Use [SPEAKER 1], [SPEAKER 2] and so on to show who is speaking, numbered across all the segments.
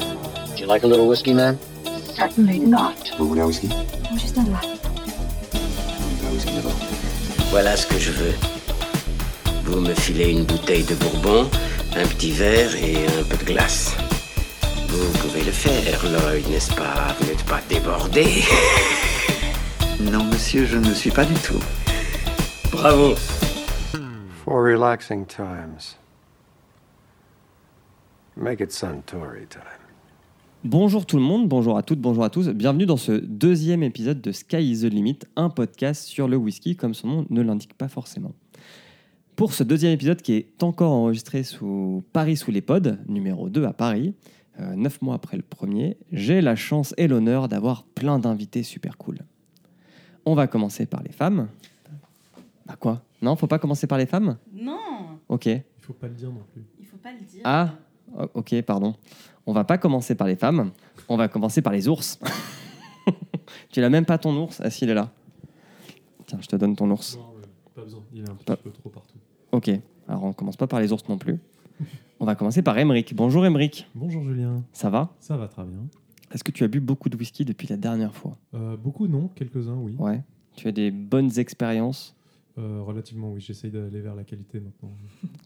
[SPEAKER 1] Would you like a little whiskey, man?
[SPEAKER 2] Certainly not.
[SPEAKER 3] Vous voulez un whisky
[SPEAKER 2] Juste un doigt.
[SPEAKER 3] Vous voulez un whisky d'abord
[SPEAKER 4] Voilà ce que je veux. Vous me filez une bouteille de bourbon, un petit verre et un peu de glace. Vous pouvez le faire, Lloyd, n'est-ce pas Vous n'êtes pas débordé
[SPEAKER 5] Non, monsieur, je ne le suis pas du tout.
[SPEAKER 4] Bravo
[SPEAKER 6] For relaxing times, make it Suntory time.
[SPEAKER 7] Bonjour tout le monde, bonjour à toutes, bonjour à tous. Bienvenue dans ce deuxième épisode de Sky is the Limit, un podcast sur le whisky, comme son nom ne l'indique pas forcément. Pour ce deuxième épisode qui est encore enregistré sous Paris sous les pods, numéro 2 à Paris, euh, neuf mois après le premier, j'ai la chance et l'honneur d'avoir plein d'invités super cool. On va commencer par les femmes. Bah quoi Non, faut pas commencer par les femmes
[SPEAKER 8] Non,
[SPEAKER 7] Ok.
[SPEAKER 9] Il faut pas le dire non plus.
[SPEAKER 8] il faut pas le dire.
[SPEAKER 7] Ah, o- ok, pardon. On va pas commencer par les femmes, on va commencer par les ours. tu l'as même pas ton ours Ah si, il est là. Tiens, je te donne ton ours.
[SPEAKER 9] Non, ouais, pas besoin. Il est un petit
[SPEAKER 7] Pas-
[SPEAKER 9] peu trop partout.
[SPEAKER 7] Ok, alors on commence pas par les ours non plus. On va commencer par Emeric. Bonjour Emeric,
[SPEAKER 9] Bonjour Julien,
[SPEAKER 7] ça va
[SPEAKER 9] ça va très bien.
[SPEAKER 7] Est-ce que tu as bu beaucoup de whisky depuis la dernière fois
[SPEAKER 9] Euh, beaucoup non, quelques-uns oui.
[SPEAKER 7] Ouais. Tu as des bonnes expériences
[SPEAKER 9] Euh, relativement oui, j'essaye d'aller vers la qualité maintenant.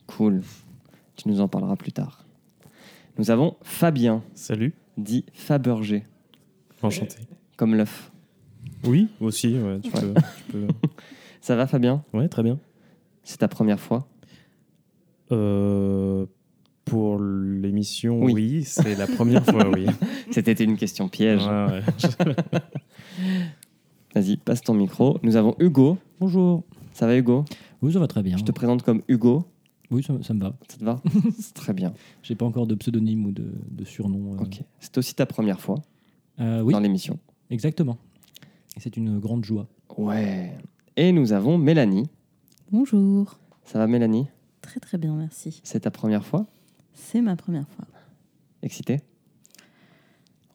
[SPEAKER 7] Cool. Tu nous en parleras plus tard. Nous avons Fabien,
[SPEAKER 10] Salut,
[SPEAKER 7] dit Fabergé,
[SPEAKER 10] enchanté.
[SPEAKER 7] comme l'œuf.
[SPEAKER 10] Oui, aussi, ouais, tu, peux, tu peux.
[SPEAKER 7] Ça va Fabien
[SPEAKER 10] Ouais, très bien.
[SPEAKER 7] C'est ta première fois
[SPEAKER 10] Euh, pour l'émission,
[SPEAKER 7] Oui.
[SPEAKER 10] oui, c'est la première fois, oui.
[SPEAKER 7] C'était une question
[SPEAKER 10] Ouais,
[SPEAKER 7] piège.
[SPEAKER 10] ouais.
[SPEAKER 7] Vas-y, passe ton micro. Nous avons Hugo.
[SPEAKER 11] Bonjour.
[SPEAKER 7] Ça va Hugo
[SPEAKER 11] Oui, ça va très bien.
[SPEAKER 7] Je te présente comme Hugo.
[SPEAKER 11] Oui, ça, ça me va.
[SPEAKER 7] Ça te va C'est très bien.
[SPEAKER 11] J'ai pas encore de pseudonyme ou de, de surnom. euh.
[SPEAKER 7] Ok. C'est aussi ta première fois
[SPEAKER 11] Euh, oui,
[SPEAKER 7] dans l'émission.
[SPEAKER 11] exactement. Et c'est une grande joie.
[SPEAKER 7] Ouais. Et nous avons Mélanie.
[SPEAKER 8] Bonjour.
[SPEAKER 7] Ça va Mélanie
[SPEAKER 8] Très très bien, merci.
[SPEAKER 7] C'est ta première fois
[SPEAKER 8] C'est ma première fois.
[SPEAKER 7] Excitée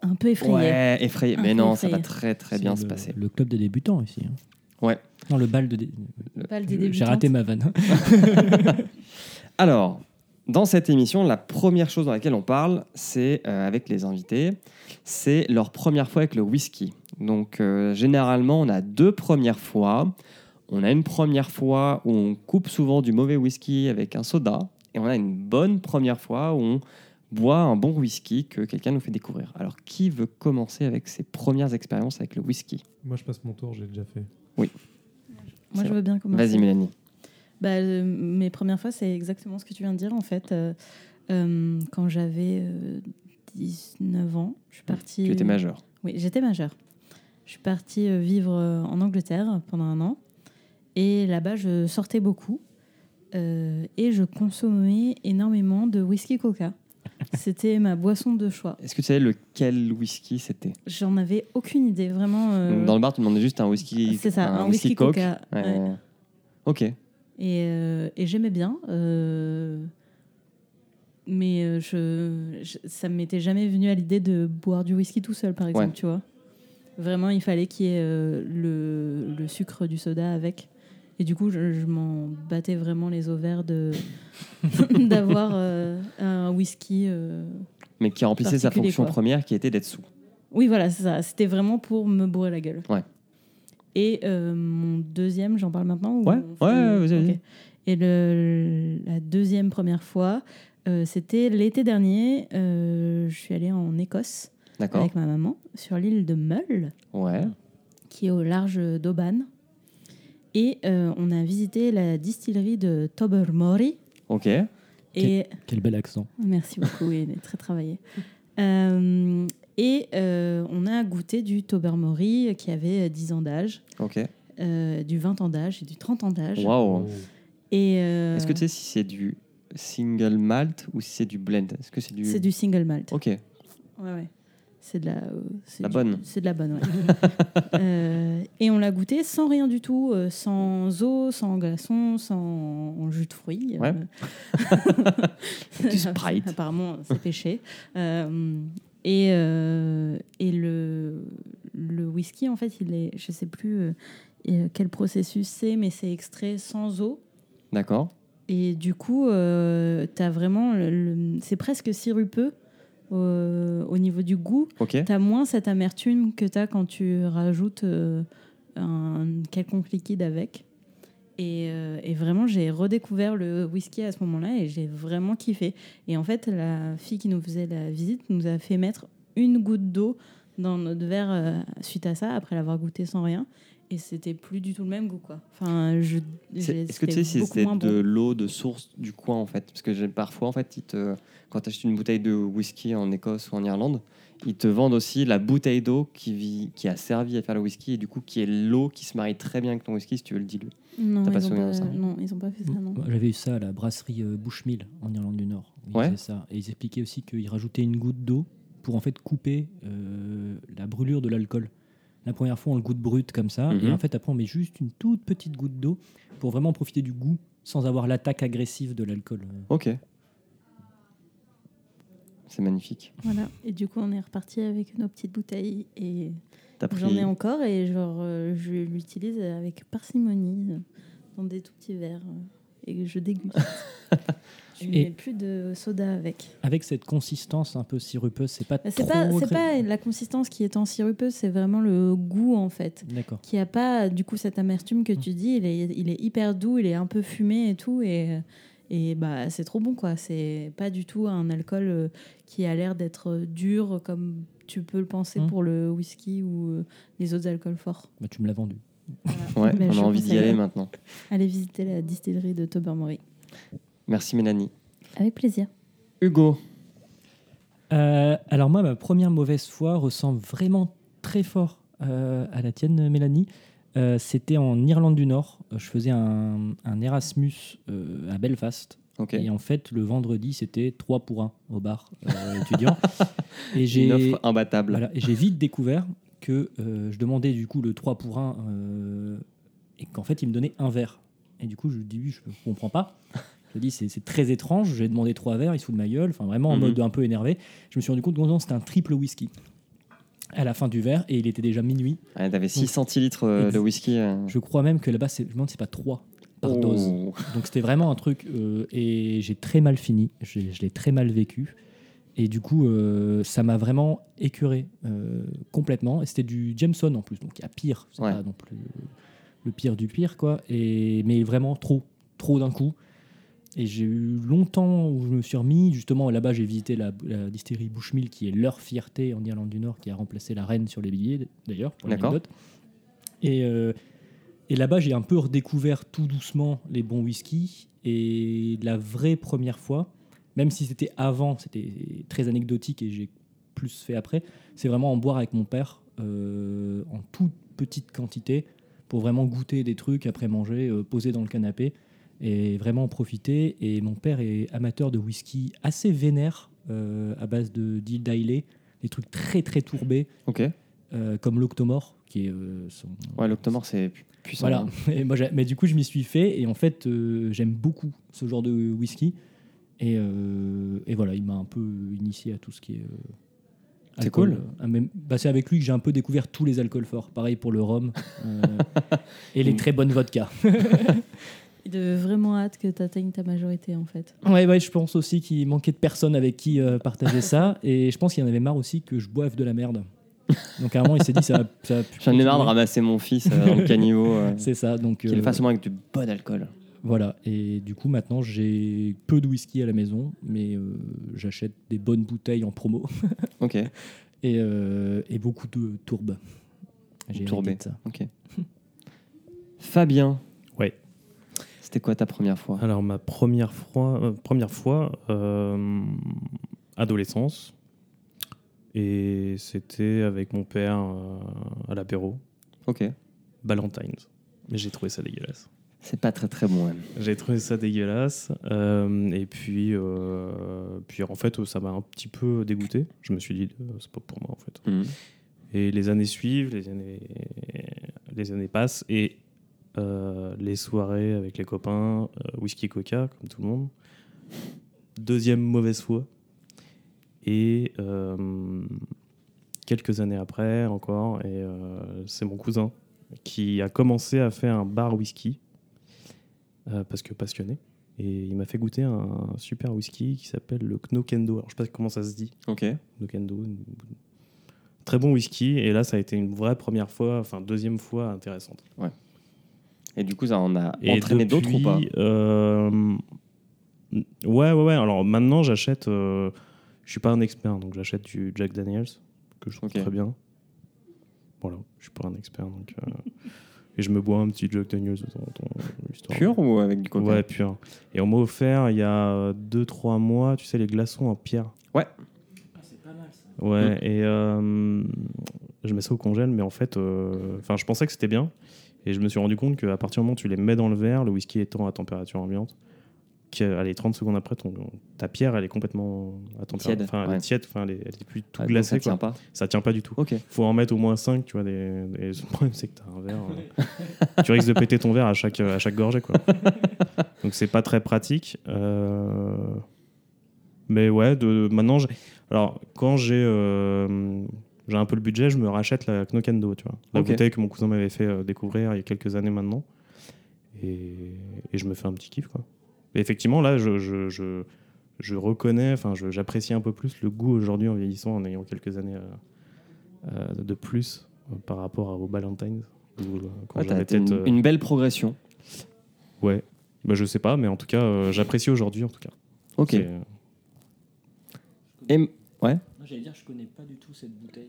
[SPEAKER 8] Un peu effrayée.
[SPEAKER 7] Ouais, effrayée.
[SPEAKER 8] Un
[SPEAKER 7] Mais
[SPEAKER 8] peu
[SPEAKER 7] non,
[SPEAKER 8] effrayée.
[SPEAKER 7] ça va très très
[SPEAKER 11] C'est
[SPEAKER 7] bien
[SPEAKER 11] le-
[SPEAKER 7] se passer.
[SPEAKER 11] Le club des débutants ici. hein.
[SPEAKER 7] Ouais.
[SPEAKER 11] Non, le bal de. dé-
[SPEAKER 8] Pas le
[SPEAKER 11] Je-
[SPEAKER 8] des
[SPEAKER 11] J'ai raté ma vanne.
[SPEAKER 7] Alors, dans cette émission, la première chose dans laquelle on parle, c'est euh, avec les invités, c'est leur première fois avec le whisky. Donc, euh, généralement, on a deux premières fois. On a une première fois où on coupe souvent du mauvais whisky avec un soda, et on a une bonne première fois où on boit un bon whisky que quelqu'un nous fait découvrir. Alors, qui veut commencer avec ses premières expériences avec le whisky
[SPEAKER 9] Moi je passe mon tour, j'ai déjà fait.
[SPEAKER 8] Moi,
[SPEAKER 7] C'est
[SPEAKER 8] je veux bien commencer.
[SPEAKER 7] Vas-y, Mélanie.
[SPEAKER 8] Bah, euh, mes premières fois, c'est exactement ce que tu viens de dire en fait. Euh, euh, quand j'avais euh, 19 ans, je suis partie.
[SPEAKER 7] Mmh. Tu étais majeure.
[SPEAKER 8] Oui, j'étais majeure. Je suis partie euh, vivre euh, en Angleterre pendant un an. Et là-bas, je sortais beaucoup. euh, et je consommais énormément de whisky coca. C'était ma boisson de choix.
[SPEAKER 7] Est-ce que tu savais lequel whisky c'était
[SPEAKER 8] J'en avais aucune idée, vraiment. euh,
[SPEAKER 7] Dans le bar, tu demandais juste un whisky.
[SPEAKER 8] C'est ça, un whisky
[SPEAKER 7] coke.
[SPEAKER 8] coca,
[SPEAKER 7] Ouais.
[SPEAKER 8] ouais.
[SPEAKER 7] Ok.
[SPEAKER 8] Et, euh, et j'aimais bien. euh, mais euh, je, je- ça ne m'était jamais venu à l'idée de boire du whisky tout seul, par exemple,
[SPEAKER 7] Ouais.
[SPEAKER 8] tu vois. Vraiment, il fallait qu'il y ait euh, le, le sucre du soda avec. Et du coup, je, je m'en battais vraiment les ovaires de d'avoir euh, un whisky. euh.
[SPEAKER 7] Mais qui remplissait sa
[SPEAKER 8] Particulier,
[SPEAKER 7] fonction
[SPEAKER 8] quoi.
[SPEAKER 7] première qui était d'être sous.
[SPEAKER 8] Oui, voilà, c'est ça. C'était vraiment pour me bourrer la gueule.
[SPEAKER 7] Ouais.
[SPEAKER 8] Et euh, mon deuxième, j'en parle maintenant ou
[SPEAKER 7] Ouais,
[SPEAKER 8] on fait-
[SPEAKER 7] ouais, vas-y, vas-y.
[SPEAKER 8] Ok. Et le, la deuxième première fois, euh, c'était l'été dernier. euh, je suis allée en Écosse
[SPEAKER 7] D'accord
[SPEAKER 8] avec ma maman sur l'île de Mull,
[SPEAKER 7] Ouais.
[SPEAKER 8] qui est au large d'Oban. Et euh, on a visité la distillerie de Tobermory.
[SPEAKER 7] Ok.
[SPEAKER 8] Et
[SPEAKER 11] Quel bel accent.
[SPEAKER 8] Merci beaucoup, il est très travaillé. Euh, et euh, on a goûté du Tobermory euh, qui avait 10 ans d'âge,
[SPEAKER 7] Ok.
[SPEAKER 8] euh, du 20 ans d'âge et du 30 ans d'âge.
[SPEAKER 7] Waouh.
[SPEAKER 9] Oh.
[SPEAKER 8] Et euh,
[SPEAKER 7] Est-ce que tu sais si c'est du single malt ou si c'est du blend Est-ce que c'est du.
[SPEAKER 8] c'est du single malt.
[SPEAKER 7] Ok.
[SPEAKER 8] Ouais, ouais. C'est de la, euh, c'est
[SPEAKER 7] La
[SPEAKER 8] du-
[SPEAKER 7] bonne.
[SPEAKER 8] C'est de la bonne, ouais. Euh, et on l'a goûté sans rien du tout, euh, sans eau, sans glaçon, sans jus de fruits.
[SPEAKER 7] Ouais.
[SPEAKER 8] Euh,
[SPEAKER 7] Du Sprite.
[SPEAKER 8] Apparemment, c'est péché. Euh, et euh, et le, le whisky, en fait, il est, je sais plus euh, euh, quel processus c'est, mais c'est extrait sans eau.
[SPEAKER 7] D'accord.
[SPEAKER 8] Et du coup, euh, t'as vraiment. le- le- c'est presque sirupeux, euh, au niveau du goût,
[SPEAKER 7] Ok.
[SPEAKER 8] tu as moins cette amertume que tu as quand tu rajoutes euh, un quelconque liquide avec. Et, euh, et vraiment, j'ai redécouvert le whisky à ce moment-là et j'ai vraiment kiffé. Et en fait, la fille qui nous faisait la visite nous a fait mettre une goutte d'eau dans notre verre euh, suite à ça, après l'avoir goûté sans rien. Et c'était plus du tout le même goût, quoi. Enfin, je.
[SPEAKER 7] C'est-
[SPEAKER 8] j'ai-
[SPEAKER 7] Est-ce que tu sais
[SPEAKER 8] c'était
[SPEAKER 7] si
[SPEAKER 8] beaucoup
[SPEAKER 7] c'est
[SPEAKER 8] moins bon.
[SPEAKER 7] de l'eau de source du coin en fait Parce que j'ai- parfois en fait, ils te, quand tu achètes une bouteille de whisky en Écosse ou en Irlande, ils te vendent aussi la bouteille d'eau qui, vit- qui a servi à faire le whisky et du coup qui est l'eau qui se marie très bien avec ton whisky si tu veux le diluer.
[SPEAKER 8] Non,
[SPEAKER 7] T'as pas
[SPEAKER 8] ils ont
[SPEAKER 7] souvenir de
[SPEAKER 8] pas-
[SPEAKER 7] ça
[SPEAKER 8] Non, ils ont pas fait ça, non.
[SPEAKER 11] Moi, bah, J'avais eu ça à la brasserie euh, Bushmill en Irlande du Nord. Ils
[SPEAKER 7] Ouais.
[SPEAKER 11] faisaient ça. Et ils expliquaient aussi qu'ils rajoutaient une goutte d'eau pour en fait couper euh, la brûlure de l'alcool. La première fois, on le goûte brut comme ça.
[SPEAKER 7] Mhm.
[SPEAKER 11] Et en fait, après, on met juste une toute petite goutte d'eau pour vraiment profiter du goût sans avoir l'attaque agressive de l'alcool. Euh,
[SPEAKER 7] Ok. C'est magnifique.
[SPEAKER 8] Voilà. Et du coup, on est reparti avec nos petites bouteilles et
[SPEAKER 7] T'as pris...
[SPEAKER 8] j'en ai encore et genre euh, je l'utilise avec parcimonie euh, dans des tout petits verres euh, et que je déguste. je
[SPEAKER 11] Et-
[SPEAKER 8] mets plus de soda avec.
[SPEAKER 11] Avec cette consistance un peu sirupeuse, c'est pas
[SPEAKER 8] Mais C'est
[SPEAKER 11] trop
[SPEAKER 8] pas c'est pas
[SPEAKER 11] très-
[SPEAKER 8] la consistance qui est en sirupeux, c'est vraiment le goût en fait.
[SPEAKER 11] D'accord.
[SPEAKER 8] Qui a pas du coup cette amertume que
[SPEAKER 11] Mmh.
[SPEAKER 8] tu dis, il est, il est hyper doux, il est un peu fumé et tout et et bah c'est trop bon quoi, c'est pas du tout un alcool euh, qui a l'air d'être euh, dur comme tu peux le penser
[SPEAKER 11] Mhm.
[SPEAKER 8] pour le whisky ou euh, les autres alcools forts.
[SPEAKER 11] Bah, tu me l'as vendu.
[SPEAKER 7] Ouais,
[SPEAKER 8] Mais
[SPEAKER 7] on
[SPEAKER 8] je
[SPEAKER 7] a envie d'y
[SPEAKER 8] conseille.
[SPEAKER 7] aller maintenant.
[SPEAKER 8] Allez visiter la distillerie de Tobermory.
[SPEAKER 7] Merci Mélanie.
[SPEAKER 8] Avec plaisir.
[SPEAKER 7] Hugo,
[SPEAKER 11] Euh, alors moi, ma première mauvaise foi ressemble vraiment très fort euh, à la tienne, Mélanie. Euh, C'était en Irlande du Nord. Euh, Je faisais un, un Erasmus euh, à Belfast.
[SPEAKER 7] ok.
[SPEAKER 11] Et en fait, le vendredi, c'était 3 pour 1 au bar euh, étudiant. et
[SPEAKER 7] Une
[SPEAKER 11] j'ai
[SPEAKER 7] offre imbattable.
[SPEAKER 11] voilà, et j'ai vite découvert que euh, je demandais du coup le 3 pour 1 euh, et qu'en fait, il me donnait un verre. Et du coup, je lui dis oui, je comprends pas. Je dis c'est c'est très étrange, j'ai demandé trois verres, il se fout de ma gueule, enfin vraiment en
[SPEAKER 7] Mhm.
[SPEAKER 11] mode un peu énervé. Je me suis rendu compte que non, c'était un triple whisky à la fin du verre et il était déjà minuit.
[SPEAKER 7] Ouais, T'avais 6 centilitres euh, de
[SPEAKER 11] Ex-
[SPEAKER 7] whisky. euh,
[SPEAKER 11] Je crois même que là-bas, c'est- je me demande, c'est pas trois par
[SPEAKER 7] oh.
[SPEAKER 11] dose. Donc c'était vraiment un truc euh, et j'ai très mal fini, J'ai- je l'ai très mal vécu. Et du coup, euh, ça m'a vraiment écœuré euh, complètement. Et c'était du Jameson en plus, donc à pire, c'est
[SPEAKER 7] Ouais.
[SPEAKER 11] pas non plus euh, le pire du pire, quoi. Et, mais vraiment trop, trop d'un coup. Et j'ai eu longtemps où je me suis remis. Justement, là-bas, j'ai visité la, la distillerie Bushmill, qui est leur fierté en Irlande du Nord, qui a remplacé la reine sur les billets, d'ailleurs, pour
[SPEAKER 7] D'accord.
[SPEAKER 11] l'anecdote. Et, euh, et là-bas, j'ai un peu redécouvert tout doucement les bons whiskies. Et la vraie première fois, même si c'était avant, c'était très anecdotique et j'ai plus fait après, c'est vraiment en boire avec mon père euh, en toute petite quantité pour vraiment goûter des trucs après manger, euh, poser dans le canapé et vraiment en profiter. Et mon père est amateur de whisky assez vénère euh, à base de deal d'Ailey, des trucs très très tourbés
[SPEAKER 7] Ok.
[SPEAKER 11] euh, comme l'Octomore qui est euh, son,
[SPEAKER 7] Ouais, l'octomore, c'est pu- puissant.
[SPEAKER 11] voilà.
[SPEAKER 7] hein.
[SPEAKER 11] Et moi, j'ai- mais du coup, je m'y suis fait. Et en fait, euh, j'aime beaucoup ce genre de whisky. Et, euh, et voilà, il m'a un peu initié à tout ce qui est. euh,
[SPEAKER 7] C'est
[SPEAKER 11] alcool.
[SPEAKER 7] cool.
[SPEAKER 11] Ah, même- bah, c'est avec lui que j'ai un peu découvert tous les alcools forts. Pareil pour le rhum euh, et les très bonnes vodkas.
[SPEAKER 8] Il devait vraiment hâte que tu atteignes ta majorité en fait.
[SPEAKER 11] Ouais, ouais, je pense aussi qu'il manquait de personnes avec qui euh, partager ça. Et je pense qu'il en avait marre aussi que je boive de la merde. Donc à un moment, il s'est dit ça. va- ça va plus
[SPEAKER 7] J'en ai marre de
[SPEAKER 11] continuer.
[SPEAKER 7] ramasser mon fils euh, en caniveau. euh,
[SPEAKER 11] C'est ça. Donc
[SPEAKER 7] Qu'il le
[SPEAKER 11] euh,
[SPEAKER 7] fasse au moins avec du bon alcool.
[SPEAKER 11] Voilà, et du coup maintenant j'ai peu de whisky à la maison, mais euh, j'achète des bonnes bouteilles en promo
[SPEAKER 7] Ok.
[SPEAKER 11] et, euh, et beaucoup de tourbe. J'ai
[SPEAKER 7] Tourbé.
[SPEAKER 11] hérité de ça.
[SPEAKER 7] Ok. Fabien.
[SPEAKER 10] Ouais. Ah.
[SPEAKER 7] C'était quoi ta première fois
[SPEAKER 10] Alors, ma première fois, euh, première fois euh, adolescence. Et c'était avec mon père euh, à l'apéro,
[SPEAKER 7] Ok.
[SPEAKER 10] Valentine's. Mais j'ai trouvé ça dégueulasse.
[SPEAKER 7] C'est pas très très bon. hein.
[SPEAKER 10] J'ai trouvé ça dégueulasse. Euh, et puis, euh, puis, en fait, ça m'a un petit peu dégoûté. Je me suis dit, euh, c'est pas pour moi, en fait.
[SPEAKER 7] Mhm.
[SPEAKER 10] Et les années suivent, les années, les années passent. Et euh, les soirées avec les copains, euh, whisky coca, comme tout le monde. Deuxième mauvaise foi. Et euh, quelques années après, encore, et euh, c'est mon cousin qui a commencé à faire un bar whisky. euh, parce que passionné. Et il m'a fait goûter un super whisky qui s'appelle le Knokendo. Alors, je sais pas comment ça se dit.
[SPEAKER 7] Ok.
[SPEAKER 10] Knokendo. Très bon whisky. Et là, ça a été une vraie première fois, enfin deuxième fois intéressante.
[SPEAKER 7] Et du coup, ça en a
[SPEAKER 10] Et
[SPEAKER 7] entraîné d'autres ou
[SPEAKER 10] depuis,
[SPEAKER 7] pas
[SPEAKER 10] euh, Ouais, ouais, ouais. Alors maintenant, j'achète. euh, Je suis pas un expert, donc j'achète du Jack Daniels, que je trouve
[SPEAKER 7] Ok.
[SPEAKER 10] très bien. Voilà, je suis pas un expert, donc. euh, Et je me bois un petit Jack Daniels de temps en temps. euh, histoire
[SPEAKER 7] Pur ou avec du coca
[SPEAKER 10] Ouais, pur. Et on m'a offert il y a 2-3 mois, tu sais, les glaçons en pierre.
[SPEAKER 7] Ouais. Mm.
[SPEAKER 10] Ouais, et euh, je mets ça au congèle, mais en fait, euh, enfin, je pensais que c'était bien. Et je me suis rendu compte qu'à partir du moment où tu les mets dans le verre, le whisky étant à température ambiante, qu'allez, 30 secondes après, ton, ta pierre, elle est complètement à température.
[SPEAKER 7] Tiède,
[SPEAKER 10] Enfin, elle
[SPEAKER 7] ouais.
[SPEAKER 10] est tiède, enfin, elle est, elle est plus tout
[SPEAKER 7] Ah, donc
[SPEAKER 10] glacée.
[SPEAKER 7] ça tient
[SPEAKER 10] quoi.
[SPEAKER 7] pas.
[SPEAKER 10] Ça tient pas du tout.
[SPEAKER 7] Ok.
[SPEAKER 10] Faut en mettre au moins 5, tu vois. Des, et le problème, c'est que t'as un verre. euh, tu risques de péter ton verre à chaque, euh, à chaque gorgée, quoi. Donc, c'est pas très pratique. Euh, Mais ouais, de, maintenant, j'ai- alors, quand j'ai euh, j'ai un peu le budget, je me rachète la Knokendo, tu vois. La
[SPEAKER 7] Ok.
[SPEAKER 10] bouteille que mon cousin m'avait fait euh, découvrir il y a quelques années maintenant. Et, et je me fais un petit kiff, quoi. Et effectivement, là, je, je, je, je reconnais, enfin, je- j'apprécie un peu plus le goût aujourd'hui en vieillissant, en ayant quelques années euh, euh, de plus euh, par rapport à- au Valentine's. ou, euh, quand
[SPEAKER 7] Ouais, Ah, t'as
[SPEAKER 10] j'avais
[SPEAKER 7] t'as une,
[SPEAKER 10] peut-être, euh,
[SPEAKER 7] une belle progression.
[SPEAKER 10] Ouais, bah, je sais pas, mais en tout cas, euh, j'apprécie aujourd'hui, en tout cas.
[SPEAKER 7] Ok.
[SPEAKER 10] C'est, euh,
[SPEAKER 7] Et
[SPEAKER 11] J'allais dire, je connais pas du tout cette bouteille.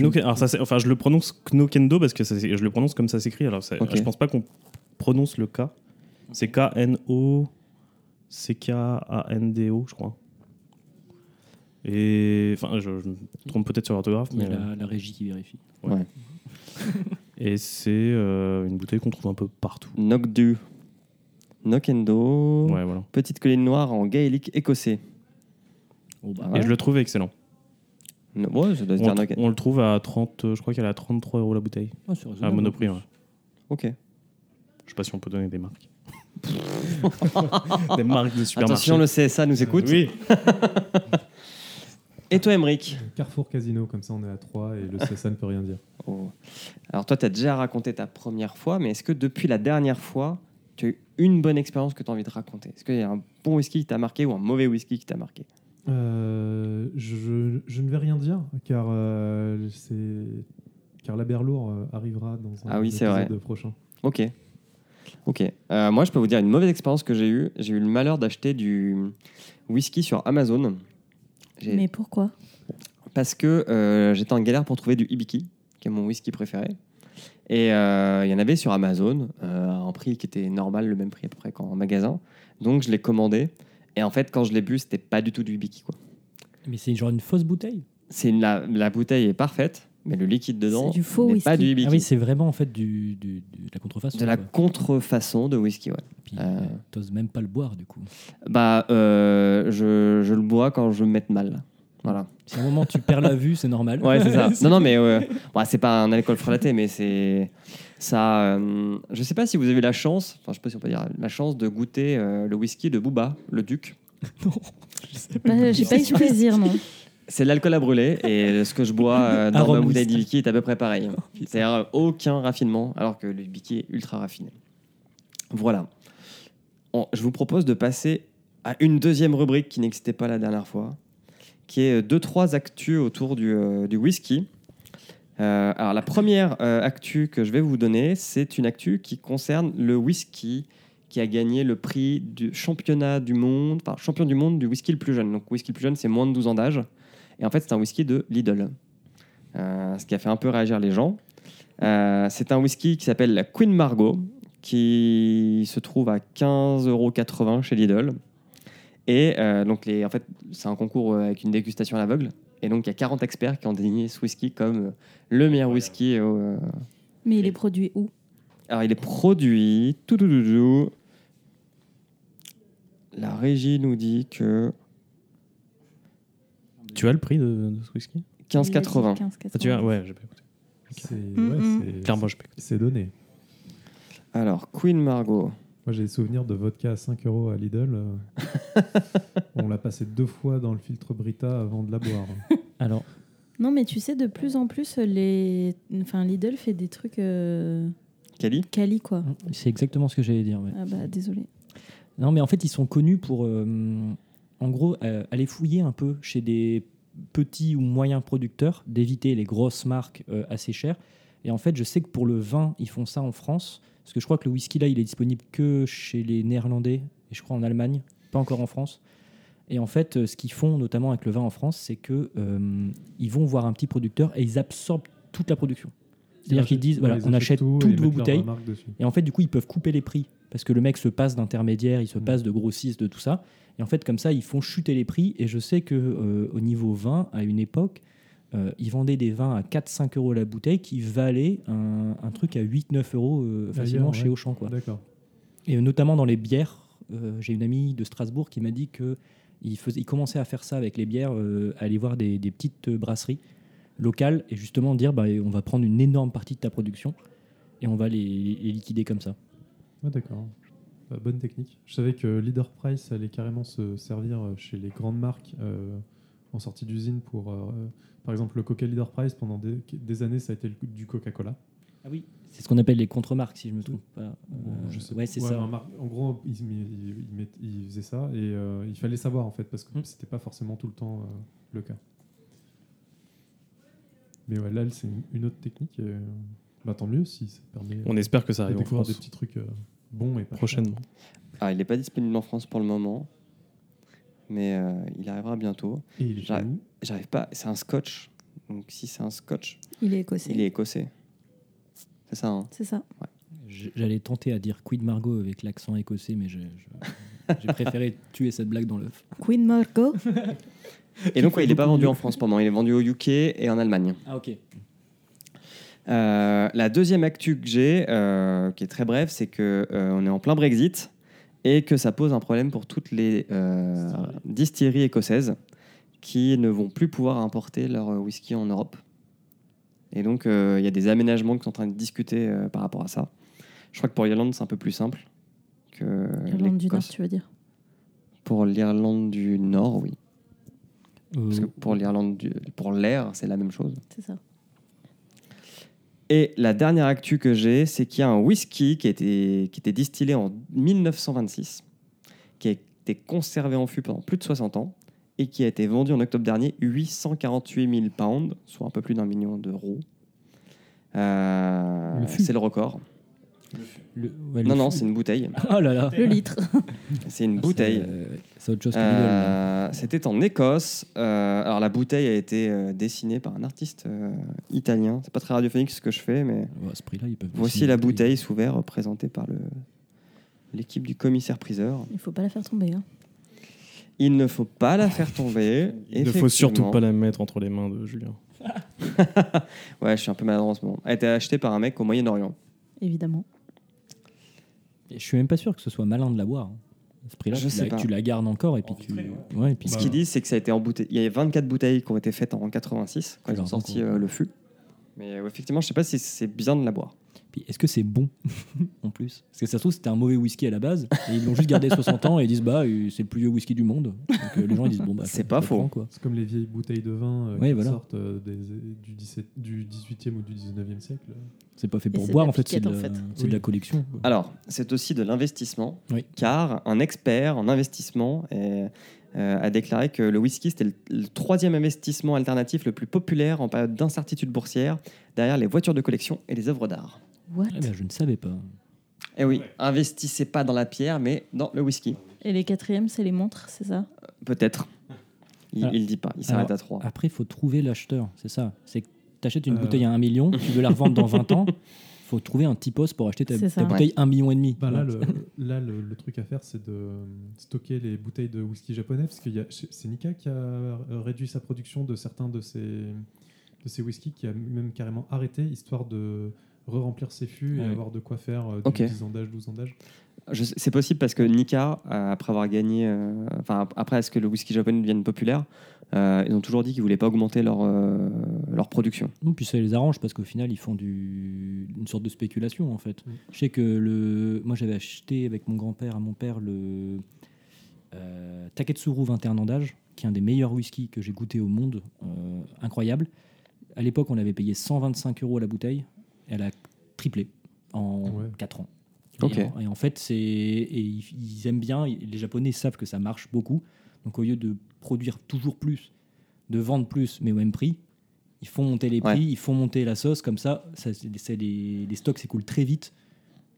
[SPEAKER 10] Knock- alors ça, c'est- enfin, je le prononce Knokendo parce que ça s'é- je le prononce comme ça s'écrit. Alors, ça-
[SPEAKER 7] Ok.
[SPEAKER 10] je pense pas qu'on prononce le K. C'est K N O C K A N D O, je crois. Et enfin, je, je me trompe peut-être sur l'orthographe,
[SPEAKER 11] Il y
[SPEAKER 10] mais euh,
[SPEAKER 11] a la, la régie qui vérifie.
[SPEAKER 10] et c'est euh, une bouteille qu'on trouve un peu partout.
[SPEAKER 7] Knockdu. Knockendo. Oh.
[SPEAKER 10] Ouais, voilà.
[SPEAKER 7] Petite colline noire en gaélique écossais.
[SPEAKER 11] Oh, bah,
[SPEAKER 7] Ah
[SPEAKER 10] Et
[SPEAKER 7] ouais
[SPEAKER 10] je le trouve excellent.
[SPEAKER 7] No- ouais, ça doit se
[SPEAKER 10] On,
[SPEAKER 7] dire
[SPEAKER 10] le tr-
[SPEAKER 7] knock-
[SPEAKER 10] on le trouve à 30, euh, je crois qu'elle est à 33 euros la bouteille.
[SPEAKER 11] ah, c'est
[SPEAKER 10] À
[SPEAKER 11] raisonnable,
[SPEAKER 10] Monoprix,
[SPEAKER 11] en
[SPEAKER 10] ouais.
[SPEAKER 11] plus.
[SPEAKER 7] Ok.
[SPEAKER 10] Je sais pas si on peut donner des marques. des marques de supermarché.
[SPEAKER 7] Attention, le CSA nous écoute.
[SPEAKER 10] Oui.
[SPEAKER 7] Et toi, Emric
[SPEAKER 9] Euh, Carrefour Casino, comme ça on est à 3 et le CSA ne peut rien dire.
[SPEAKER 7] Oh. Alors toi, tu as déjà raconté ta première fois, mais est-ce que depuis la dernière fois, tu as eu une bonne expérience que tu as envie de raconter Est-ce qu'il y a un bon whisky qui t'a marqué ou un mauvais whisky qui t'a marqué
[SPEAKER 9] Euh, je, je ne vais rien dire car euh, c'est car la Berlour euh, arrivera dans un
[SPEAKER 7] Ah oui, c'est vrai.
[SPEAKER 9] épisode prochain.
[SPEAKER 7] Ok. Ok. Euh, moi, je peux vous dire une mauvaise expérience que j'ai eue. J'ai eu le malheur d'acheter du whisky sur Amazon. J'ai-
[SPEAKER 8] Mais pourquoi
[SPEAKER 7] Parce que euh, j'étais en galère pour trouver du Hibiki, qui est mon whisky préféré. Et euh, il y en avait sur Amazon, euh, à un prix qui était normal, le même prix à peu près qu'en magasin. Donc je l'ai commandé. Et en fait, quand je l'ai bu, c'était pas du tout du Hibiki, quoi.
[SPEAKER 11] Mais c'est genre une fausse bouteille.
[SPEAKER 7] c'est une- la, la bouteille est parfaite, mais le liquide dedans
[SPEAKER 8] C'est du faux
[SPEAKER 7] n'est pas
[SPEAKER 8] whisky.
[SPEAKER 7] du Hibiki.
[SPEAKER 11] Ah oui, c'est vraiment en fait du, du- du- de la contrefaçon.
[SPEAKER 7] de la
[SPEAKER 11] quoi.
[SPEAKER 7] contrefaçon de whisky, ouais.
[SPEAKER 11] Puis,
[SPEAKER 7] euh.
[SPEAKER 11] ouais, t'oses même pas le boire du coup.
[SPEAKER 7] Bah, euh, je, je le bois quand je me mets mal. Voilà.
[SPEAKER 11] Si à un moment tu perds la vue, c'est normal.
[SPEAKER 7] Ouais, c'est ça. non, non, mais euh, bah, c'est pas un alcool frelaté, mais c'est ça. euh, je sais pas si vous avez eu la chance, enfin, je sais pas si on peut dire la chance de goûter euh, le whisky de Booba, le Duc.
[SPEAKER 11] Non, je sais pas.
[SPEAKER 8] Bah, J'ai pas eu ce plaisir, non.
[SPEAKER 7] C'est de l'alcool à brûler et ce que je bois euh, dans ma
[SPEAKER 11] Arôme
[SPEAKER 7] bouteille
[SPEAKER 11] whisky.
[SPEAKER 7] d'Hibiki est à peu près pareil. C'est-à-dire euh, aucun raffinement, alors que le Hibiki est ultra raffiné. Voilà. On- je vous propose de passer à une deuxième rubrique qui n'existait pas la dernière fois, qui est 2-3 actus autour du, euh, du whisky. Euh, alors la première euh, actu que je vais vous donner, c'est une actu qui concerne le whisky qui a gagné le prix du championnat du monde, enfin champion du monde du whisky le plus jeune. Donc whisky le plus jeune, c'est moins de 12 ans d'âge. Et en fait, c'est un whisky de Lidl, Euh, ce qui a fait un peu réagir les gens. Euh, c'est un whisky qui s'appelle la Queen Margot, qui se trouve à 15,80€ chez Lidl. Et euh, donc, les, en fait, c'est un concours euh, avec une dégustation à l'aveugle. Et donc, il y a 40 experts qui ont désigné ce whisky comme euh, le meilleur whisky. au, euh,
[SPEAKER 8] Mais il est produit où
[SPEAKER 7] Alors, il est produit. Tout, tout, tout, tout. La régie nous dit que
[SPEAKER 10] Tu as le prix de, de ce whisky
[SPEAKER 7] 15,80.
[SPEAKER 10] Ah, tu as Ouais, j'ai pas écouté.
[SPEAKER 9] C'est ouais,
[SPEAKER 8] Mm-mm.
[SPEAKER 9] c'est-
[SPEAKER 10] Clairement, j'ai pas écouté.
[SPEAKER 9] c'est donné.
[SPEAKER 7] Alors, Queen Margot.
[SPEAKER 9] Moi, j'ai des souvenirs de vodka à 5 euros à Lidl. euh, On l'a passé deux fois dans le filtre Brita avant de la boire.
[SPEAKER 11] Alors,
[SPEAKER 8] Non, mais tu sais, de plus en plus, les... enfin, Lidl fait des trucs euh,
[SPEAKER 7] Cali
[SPEAKER 8] quali, quoi.
[SPEAKER 11] c'est exactement ce que j'allais dire. ouais.
[SPEAKER 8] Ah bah, désolé.
[SPEAKER 11] Non, mais en fait, ils sont connus pour, euh, en gros, euh, aller fouiller un peu chez des petits ou moyens producteurs, d'éviter les grosses marques euh, assez chères. Et en fait, je sais que pour le vin, ils font ça en France, parce que je crois que le whisky, là, il est disponible que chez les Néerlandais, et je crois en Allemagne, pas encore en France. Et en fait, euh, ce qu'ils font, notamment avec le vin en France, c'est que euh, ils vont voir un petit producteur et ils absorbent toute la production. C'est-à-dire qu'ils disent, voilà, on achète toutes vos bouteilles, et en fait, du coup, ils peuvent couper les prix. Parce que le mec se passe d'intermédiaire, il se passe de grossiste, de tout ça. Et en fait, comme ça, ils font chuter les prix. Et je sais que euh, au niveau vin, à une époque, euh, ils vendaient des vins à 4-5 euros la bouteille qui valaient un, un truc à 8-9 euros euh, facilement
[SPEAKER 9] Ailleurs,
[SPEAKER 11] chez
[SPEAKER 9] ouais.
[SPEAKER 11] Auchan. Quoi.
[SPEAKER 9] D'accord.
[SPEAKER 11] Et euh, notamment dans les bières, euh, j'ai une amie de Strasbourg qui m'a dit que il, faisait, il commençait à faire ça avec les bières, euh, aller voir des, des petites euh, brasseries locales et justement dire bah, on va prendre une énorme partie de ta production et on va les, les liquider comme ça.
[SPEAKER 9] Ah, d'accord. Euh, bonne technique. Je savais que Leader Price allait carrément se servir euh, chez les grandes marques euh, en sortie d'usine pour, euh, par exemple, le Coca Leader Price pendant des, des années, ça a été le- du Coca-Cola.
[SPEAKER 11] Ah oui C'est ce qu'on appelle les contre-marques, si je me trompe pas.
[SPEAKER 9] Ou
[SPEAKER 11] Euh,
[SPEAKER 9] je sais
[SPEAKER 11] ouais,
[SPEAKER 9] pas.
[SPEAKER 11] c'est
[SPEAKER 9] Ouais,
[SPEAKER 11] ça.
[SPEAKER 9] un mar- En gros, ils, ils- ils met- ils faisaient ça et euh, il fallait savoir en fait parce que
[SPEAKER 11] Mm.
[SPEAKER 9] c'était pas forcément tout le temps euh, le cas. Mais ouais, là, c'est une- une autre technique. et, euh, bah, tant mieux si ça permet
[SPEAKER 10] On
[SPEAKER 9] euh,
[SPEAKER 10] espère que ça
[SPEAKER 9] de
[SPEAKER 10] arrive en
[SPEAKER 9] découvrir
[SPEAKER 10] France
[SPEAKER 9] des petits trucs euh, bons et pas
[SPEAKER 10] prochainement.
[SPEAKER 7] Ah, il n'est pas disponible en France pour le moment, mais euh, il arrivera bientôt.
[SPEAKER 9] chers. Et il est chez
[SPEAKER 7] Ouais.
[SPEAKER 9] nous.
[SPEAKER 7] J'arrive pas. C'est un scotch. Donc si c'est un scotch,
[SPEAKER 8] Il est écossais.
[SPEAKER 7] il est écossais. C'est ça. hein
[SPEAKER 8] C'est ça.
[SPEAKER 11] J- J'allais tenter à dire Quid Margot avec l'accent écossais, mais j'ai je- j'ai préféré tuer cette blague dans l'œuf.
[SPEAKER 8] Queen Margot.
[SPEAKER 7] Et donc ouais, il n'est pas vendu en France pour le moment. Il est vendu au UK et en Allemagne.
[SPEAKER 11] Ah ok.
[SPEAKER 7] Euh, la deuxième actu que j'ai, euh, qui est très brève, c'est que euh, on est en plein Brexit et que ça pose un problème pour toutes les euh, distilleries écossaises qui ne vont plus pouvoir importer leur euh, whisky en Europe. Et donc, euh, il y a des aménagements qui sont en train de discuter euh, par rapport à ça. Je crois que pour l'Irlande, c'est un peu plus simple que
[SPEAKER 8] Irlande du Nord,
[SPEAKER 7] l'Écosse.
[SPEAKER 8] tu veux dire.
[SPEAKER 7] Pour l'Irlande du Nord, oui. Parce
[SPEAKER 11] Mmh.
[SPEAKER 7] que pour l'Irlande, du- pour l'air, c'est la même chose.
[SPEAKER 8] C'est ça.
[SPEAKER 7] Et la dernière actu que j'ai, c'est qu'il y a un whisky qui était, qui était distillé en 1926, qui a été conservé en fût pendant plus de 60 ans et qui a été vendu en octobre dernier 848 000 pounds, soit un peu plus d'un million d'euros. Euh,
[SPEAKER 11] Le fût.
[SPEAKER 7] c'est le record.
[SPEAKER 11] Le- ouais, le
[SPEAKER 7] non, non,
[SPEAKER 11] fût.
[SPEAKER 7] c'est une bouteille.
[SPEAKER 11] Oh là là.
[SPEAKER 8] Le litre.
[SPEAKER 7] C'est une bouteille.
[SPEAKER 11] C'est, euh, C'est autre chose que Lidl, là.
[SPEAKER 7] Euh, C'était en Écosse. Euh, alors la bouteille a été euh, dessinée par un artiste euh, italien. C'est pas très radiophonique ce que je fais, mais
[SPEAKER 11] Ouais, à ce prix-là, ils peuvent
[SPEAKER 7] Voici
[SPEAKER 11] dessiner
[SPEAKER 7] la
[SPEAKER 11] des prix.
[SPEAKER 7] bouteille sous verre présentée par le- l'équipe du commissaire-priseur.
[SPEAKER 8] Il faut pas la faire tomber. hein.
[SPEAKER 7] Il ne faut pas la faire tomber.
[SPEAKER 10] Il ne faut surtout
[SPEAKER 7] effectivement.
[SPEAKER 10] pas la mettre entre les mains de Julien.
[SPEAKER 7] Ouais, je suis un peu maladroit en ce moment. Elle a été achetée par un mec au Moyen-Orient.
[SPEAKER 8] Évidemment.
[SPEAKER 11] Et Je suis même pas sûr que ce soit malin de la boire. hein. À ce prix-là,
[SPEAKER 7] Je
[SPEAKER 11] tu,
[SPEAKER 7] sais
[SPEAKER 11] la-
[SPEAKER 7] pas.
[SPEAKER 11] tu la gardes encore et puis tu. Ouais, et puis
[SPEAKER 7] Ce
[SPEAKER 10] Bah
[SPEAKER 11] tu-
[SPEAKER 7] qu'ils disent, c'est que ça a été embouteillé. Il y a 24 bouteilles qui ont été faites en 86 quand ils ont
[SPEAKER 11] Alors,
[SPEAKER 7] sorti
[SPEAKER 11] donc,
[SPEAKER 7] euh, le fût. Mais euh, effectivement, je sais pas si c'est bien de la boire.
[SPEAKER 11] puis Est-ce que c'est bon en plus Parce que ça se trouve, c'était un mauvais whisky à la base et ils l'ont juste gardé 60 ans et ils disent bah euh, c'est le plus vieux whisky du monde. Donc euh, les gens ils disent bon bah.
[SPEAKER 7] C'est
[SPEAKER 11] je-
[SPEAKER 7] pas
[SPEAKER 11] je
[SPEAKER 7] faux.
[SPEAKER 11] prends, quoi.
[SPEAKER 9] C'est comme les vieilles bouteilles de vin euh,
[SPEAKER 11] Ouais,
[SPEAKER 9] qui
[SPEAKER 11] voilà.
[SPEAKER 9] sortent euh, des- du, 17, du 18e ou du 19e siècle.
[SPEAKER 11] C'est pas fait pour
[SPEAKER 8] c'est de
[SPEAKER 11] boire
[SPEAKER 8] la
[SPEAKER 11] en fait, c'est de,
[SPEAKER 8] piquette,
[SPEAKER 11] la-
[SPEAKER 8] en fait.
[SPEAKER 11] c'est de la
[SPEAKER 9] Oui.
[SPEAKER 11] collection. quoi.
[SPEAKER 7] Alors, c'est aussi de l'investissement,
[SPEAKER 11] Oui.
[SPEAKER 7] car un expert en investissement est- euh, a déclaré que le whisky, c'était le, le troisième investissement alternatif le plus populaire en période d'incertitude boursière, derrière les voitures de collection et les œuvres d'art.
[SPEAKER 8] What
[SPEAKER 11] Ah, bah, je ne savais pas.
[SPEAKER 7] Eh oui, investissez pas dans la pierre, mais dans le whisky.
[SPEAKER 8] Et les quatrièmes, c'est les montres, c'est ça
[SPEAKER 7] Peut-être. Il,
[SPEAKER 11] Alors-
[SPEAKER 7] il dit pas, il s'arrête
[SPEAKER 11] alors-
[SPEAKER 7] à 3.
[SPEAKER 11] Après, il faut trouver l'acheteur, c'est ça. C'est que t'achètes une
[SPEAKER 9] Euh.
[SPEAKER 11] bouteille à 1 million, tu veux la revendre dans 20 ans, faut trouver un petit poste pour acheter ta,
[SPEAKER 8] C'est
[SPEAKER 11] ta
[SPEAKER 8] ça.
[SPEAKER 11] bouteille 1 million et demi.
[SPEAKER 9] Bah, là, le, là le, le truc à faire, c'est de euh, stocker les bouteilles de whisky japonais parce que c'est Nika qui a euh, réduit sa production de certains de ses, de ses whiskies qui a même carrément arrêté histoire de re-remplir ses fûts et
[SPEAKER 11] Ah oui.
[SPEAKER 9] avoir de quoi faire euh, du
[SPEAKER 7] Ok.
[SPEAKER 9] 10 ans d'âge, 12 ans d'âge.
[SPEAKER 7] Je sais- C'est possible parce que Nika, euh, après avoir gagné, euh, enfin ap- après à ce que le whisky japonais devienne populaire, euh, ils ont toujours dit qu'ils voulaient pas augmenter leur, euh, leur production.
[SPEAKER 11] Non, puis ça les arrange parce qu'au final, ils font du... une sorte de spéculation en fait.
[SPEAKER 9] Mm.
[SPEAKER 11] Je sais que le... moi j'avais acheté avec mon grand-père à mon père le euh, Taketsuru 21 ans d'âge, qui est un des meilleurs whiskies que j'ai goûté au monde. euh, incroyable. À l'époque, on avait payé 125 euros la bouteille. Elle a triplé en
[SPEAKER 9] Ouais.
[SPEAKER 11] 4 ans. Et,
[SPEAKER 7] Ok.
[SPEAKER 11] en, et en fait, c'est et ils, ils aiment bien. ils- Les Japonais savent que ça marche beaucoup. Donc au lieu de produire toujours plus, de vendre plus, mais au même prix, ils font monter les prix,
[SPEAKER 7] Ouais.
[SPEAKER 11] ils font monter la sauce. Comme ça, ça c'est- c'est les, les stocks s'écoulent très vite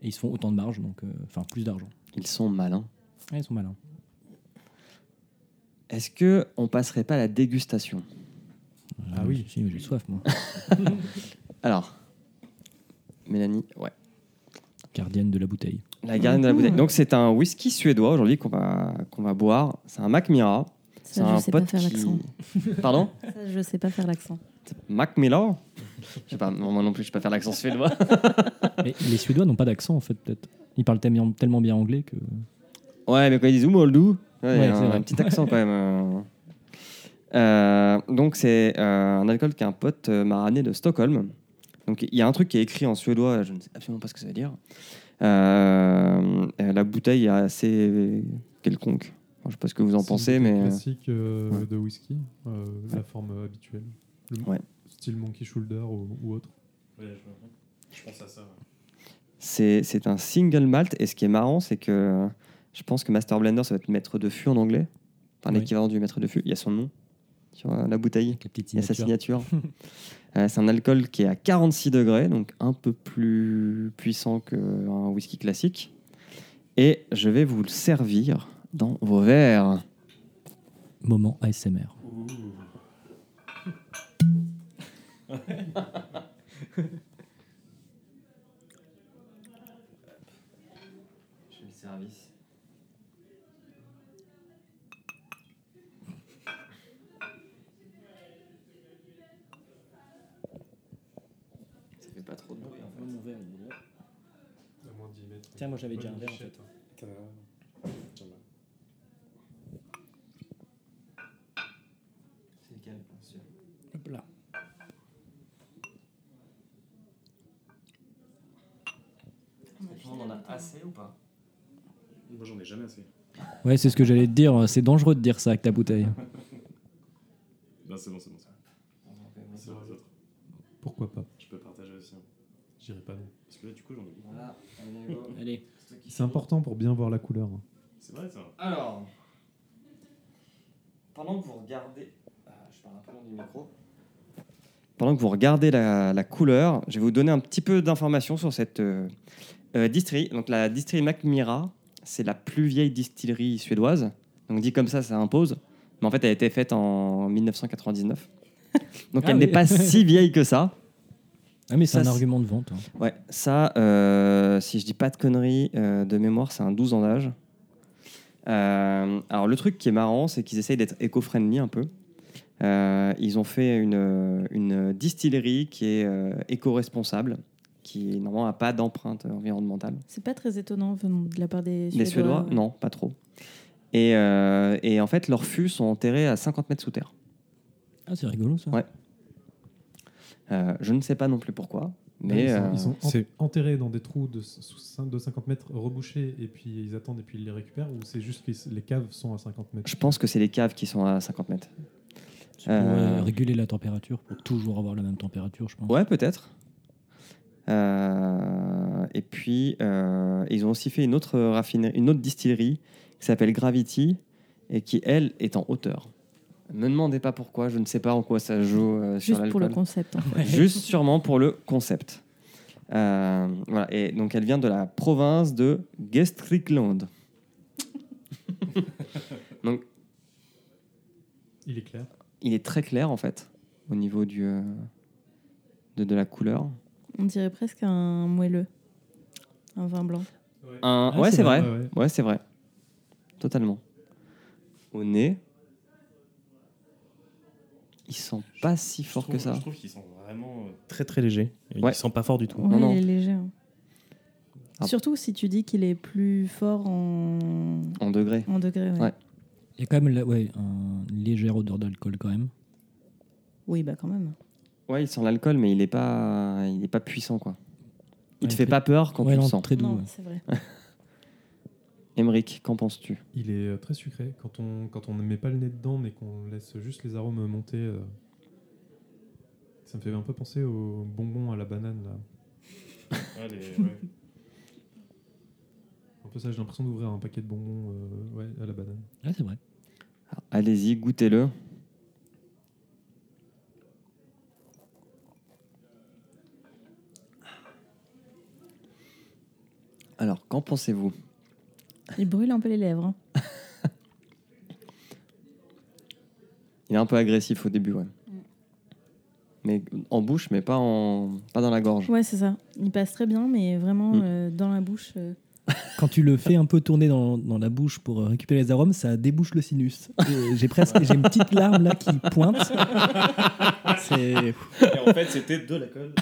[SPEAKER 11] et ils se font autant de marge, donc euh, enfin plus d'argent.
[SPEAKER 7] Ils sont malins.
[SPEAKER 11] Ouais, ils sont malins.
[SPEAKER 7] Est-ce que on passerait pas à la dégustation
[SPEAKER 9] Ah oui.
[SPEAKER 11] Si, mais Euh, j'ai soif moi.
[SPEAKER 7] Alors, Mélanie, ouais.
[SPEAKER 11] Gardienne de la bouteille.
[SPEAKER 7] La gardienne de
[SPEAKER 8] Ah.
[SPEAKER 7] la bouteille. Donc c'est un whisky suédois aujourd'hui qu'on va qu'on va boire. C'est un Macmillan. C'est
[SPEAKER 8] Ça,
[SPEAKER 7] un
[SPEAKER 8] je sais pas faire
[SPEAKER 7] qui-
[SPEAKER 8] l'accent.
[SPEAKER 7] Pardon
[SPEAKER 8] Ça, je sais pas faire l'accent.
[SPEAKER 7] Macmillan Je sais pas. non, Moi non plus, je sais pas faire l'accent suédois.
[SPEAKER 11] Mais les Suédois n'ont pas d'accent en fait, peut-être. Ils parlent tellement, tellement bien anglais que.
[SPEAKER 7] Ouais, mais quand ils disent Oumoldou, ouais, il y
[SPEAKER 11] Ouais,
[SPEAKER 7] a
[SPEAKER 11] c'est
[SPEAKER 7] un,
[SPEAKER 11] vrai.
[SPEAKER 7] un petit accent quand même. euh. Euh, donc, c'est euh, un alcool qu'un pote euh, m'a ramené de Stockholm. Donc, il y a un truc qui est écrit en suédois, je ne sais absolument pas ce que ça veut dire. Euh, euh, la bouteille est assez quelconque. Enfin, je ne sais pas ce que vous en
[SPEAKER 9] C'est
[SPEAKER 7] pensez,
[SPEAKER 9] une bouteille
[SPEAKER 7] mais.
[SPEAKER 9] classique euh,
[SPEAKER 7] ouais.
[SPEAKER 9] de whisky, euh, la forme euh, habituelle. Le-
[SPEAKER 7] Ouais.
[SPEAKER 9] Style Monkey Shoulder ou, ou autre.
[SPEAKER 10] je pense à ça.
[SPEAKER 7] euh, C'est c'est un single malt et ce qui est marrant, c'est que euh, je pense que Master Blender, ça va être maître de fût en anglais. Enfin,
[SPEAKER 11] Oui.
[SPEAKER 7] l'équivalent du maître de fût. Il y a son nom sur euh, la bouteille.
[SPEAKER 11] La petite
[SPEAKER 7] Il y a sa signature. Euh, c'est un alcool qui est à 46 degrés, donc un peu plus puissant qu'un whisky classique. Et je vais vous le servir dans vos verres.
[SPEAKER 11] Moment ASMR.
[SPEAKER 7] Ça fait pas trop de bruit. hein.
[SPEAKER 9] À moins 10 mètres.
[SPEAKER 11] Tiens, moi j'avais déjà un verre en fait. Hop là.
[SPEAKER 7] On en a assez ou pas
[SPEAKER 10] Moi, j'en ai jamais assez.
[SPEAKER 11] Ouais, c'est ce que j'allais te dire. C'est dangereux de dire ça avec ta bouteille.
[SPEAKER 10] Non, c'est bon, c'est bon. C'est bon, les autres.
[SPEAKER 9] Pourquoi pas
[SPEAKER 10] Je peux partager aussi. hein.
[SPEAKER 9] J'irai pas non.
[SPEAKER 10] Parce que là, du coup, j'en ai beaucoup.
[SPEAKER 11] Allez.
[SPEAKER 9] C'est important pour bien voir la couleur. hein.
[SPEAKER 10] C'est vrai, ça.
[SPEAKER 7] Alors, pendant que vous regardez, Ah, je parle un peu loin du micro. Pendant que vous regardez la, la couleur, je vais vous donner un petit peu d'informations sur cette euh, euh, distillerie. Donc la distillerie Macmira, c'est la plus vieille distillerie suédoise. Donc dit comme ça, ça impose. Mais en fait, elle a été faite en 1999. Donc
[SPEAKER 11] Ah
[SPEAKER 7] elle
[SPEAKER 11] oui.
[SPEAKER 7] n'est pas si vieille que ça.
[SPEAKER 11] Ah, mais c'est
[SPEAKER 7] Ça,
[SPEAKER 11] un
[SPEAKER 7] c'est-
[SPEAKER 11] argument de vente. hein.
[SPEAKER 7] Ouais, ça, euh, si je dis pas de conneries euh, de mémoire, c'est un 12 ans d'âge. Euh, alors, le truc qui est marrant, c'est qu'ils essayent d'être éco-friendly un peu. Euh, ils ont fait une, une distillerie qui est euh, éco-responsable, qui normalement n'a pas d'empreinte environnementale.
[SPEAKER 8] C'est pas très étonnant venant de la part des Suédois.
[SPEAKER 7] Les Suédois, non, pas trop. Et, euh, et en fait, leurs fûts sont enterrés à 50 mètres sous terre.
[SPEAKER 11] Ah, c'est rigolo ça.
[SPEAKER 7] Ouais. Euh, je ne sais pas non plus pourquoi, mais
[SPEAKER 9] Ah, Bah, ils sont,
[SPEAKER 7] euh,
[SPEAKER 9] ils sont en-
[SPEAKER 10] c'est-
[SPEAKER 9] enterrés dans des trous de, s- sous cin- de 50 mètres, rebouchés, et puis ils attendent et puis ils les récupèrent, ou c'est juste que s- les caves sont à 50 mètres
[SPEAKER 7] je pense que c'est les caves qui sont à 50 mètres.
[SPEAKER 11] C'est pour
[SPEAKER 7] Euh.
[SPEAKER 11] euh, réguler la température, pour toujours avoir la même température, je pense.
[SPEAKER 7] Ouais, peut-être. Euh, et puis, euh, ils ont aussi fait une autre raffinerie, une autre distillerie qui s'appelle Gravity et qui, elle, est en hauteur. Ne me demandez pas pourquoi, je ne sais pas en quoi ça joue euh, sur
[SPEAKER 8] Juste pour le
[SPEAKER 7] l'alcool.
[SPEAKER 8] concept. hein. en fait.
[SPEAKER 7] Juste sûrement pour le concept. Euh, voilà, et donc elle vient de la province de Gestrikland.
[SPEAKER 9] Il est clair.
[SPEAKER 7] Il est très clair en fait au niveau du, euh, de, de la couleur.
[SPEAKER 8] On dirait presque un moelleux. Un vin blanc.
[SPEAKER 7] Un-
[SPEAKER 9] Ah,
[SPEAKER 7] ouais, c'est vrai.
[SPEAKER 9] ouais, ouais.
[SPEAKER 7] Ouais, c'est vrai. Totalement. Au nez, il sent pas si
[SPEAKER 10] Je
[SPEAKER 7] fort
[SPEAKER 10] trouve-
[SPEAKER 7] que ça.
[SPEAKER 10] Je trouve qu'ils sont vraiment euh, très très légers. Ils
[SPEAKER 7] Ouais.
[SPEAKER 10] sentent pas fort du tout.
[SPEAKER 8] Ouais,
[SPEAKER 7] non.
[SPEAKER 8] il est léger. hein.
[SPEAKER 7] Ah.
[SPEAKER 8] Surtout si tu dis qu'il est plus fort en,
[SPEAKER 7] En degrés.
[SPEAKER 8] en degrés. ouais.
[SPEAKER 7] Ouais.
[SPEAKER 11] Il y a quand même la- ouais, une légère odeur d'alcool quand même.
[SPEAKER 8] Oui, bah quand même.
[SPEAKER 7] Ouais, il sent l'alcool, mais il est pas, il est pas puissant quoi. Il
[SPEAKER 11] Ouais,
[SPEAKER 7] te fait
[SPEAKER 11] très-
[SPEAKER 7] pas peur quand
[SPEAKER 11] ouais,
[SPEAKER 7] tu le
[SPEAKER 11] non,
[SPEAKER 7] sens.
[SPEAKER 11] très doux.
[SPEAKER 8] non,
[SPEAKER 11] ouais.
[SPEAKER 8] c'est vrai.
[SPEAKER 7] Emeric, qu'en penses-tu
[SPEAKER 9] Il est euh, très sucré. Quand on quand on ne met pas le nez dedans, mais qu'on laisse juste les arômes monter, euh, ça me fait un peu penser aux bonbons à la banane. Là.
[SPEAKER 10] Ouais, les- ouais.
[SPEAKER 9] un peu ça. J'ai l'impression d'ouvrir un paquet de bonbons euh, ouais, à la banane.
[SPEAKER 11] Ouais, c'est vrai.
[SPEAKER 7] Alors, Allez-y, goûtez-le. Alors, qu'en pensez-vous
[SPEAKER 8] Il brûle un peu les lèvres. hein.
[SPEAKER 7] Il est un peu agressif au début, ouais. Mais en bouche, mais pas, en... pas dans la gorge.
[SPEAKER 8] Ouais, c'est ça. Il passe très bien, mais vraiment
[SPEAKER 7] Mm.
[SPEAKER 8] euh, dans la bouche. euh,
[SPEAKER 11] Quand tu le fais un peu tourner dans, dans la bouche pour euh, récupérer les arômes, ça débouche le sinus. Et J'ai presque, j'ai une petite larme là qui pointe. C'est
[SPEAKER 10] Et en fait, c'était de la colle.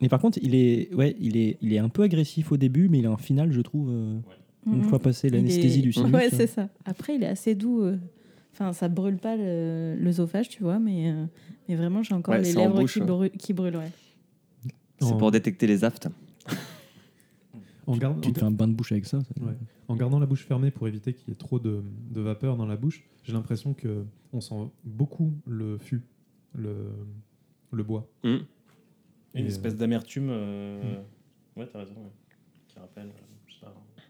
[SPEAKER 11] Mais par contre, il est, ouais, il est, il est un peu agressif au début, mais il a un final, je trouve, euh, une
[SPEAKER 8] mm,
[SPEAKER 11] fois passé
[SPEAKER 8] il est-
[SPEAKER 11] l'anesthésie du sinus.
[SPEAKER 8] Ouais,
[SPEAKER 11] euh,
[SPEAKER 8] c'est ça. Après, il est assez doux. euh, Enfin, ça brûle pas le- l'œsophage, tu vois, mais, euh, mais vraiment, j'ai encore
[SPEAKER 7] Ouais,
[SPEAKER 8] les
[SPEAKER 7] c'est en
[SPEAKER 8] lèvres
[SPEAKER 7] bouche,
[SPEAKER 8] qui,
[SPEAKER 7] ouais.
[SPEAKER 8] brûlent, qui brûlent. Ouais.
[SPEAKER 7] C'est
[SPEAKER 9] En-
[SPEAKER 7] pour détecter les aftes.
[SPEAKER 9] En, gardant-
[SPEAKER 11] tu te fais un bain de bouche avec ça. ça-
[SPEAKER 9] Ouais. en gardant la bouche fermée pour éviter qu'il y ait trop de, de vapeur dans la bouche, j'ai l'impression que on sent beaucoup le fût, le, le bois.
[SPEAKER 10] Une
[SPEAKER 9] Et,
[SPEAKER 10] espèce d'amertume. euh, Ouais, t'as raison. ouais. Qui rappelle, euh, je sais pas, un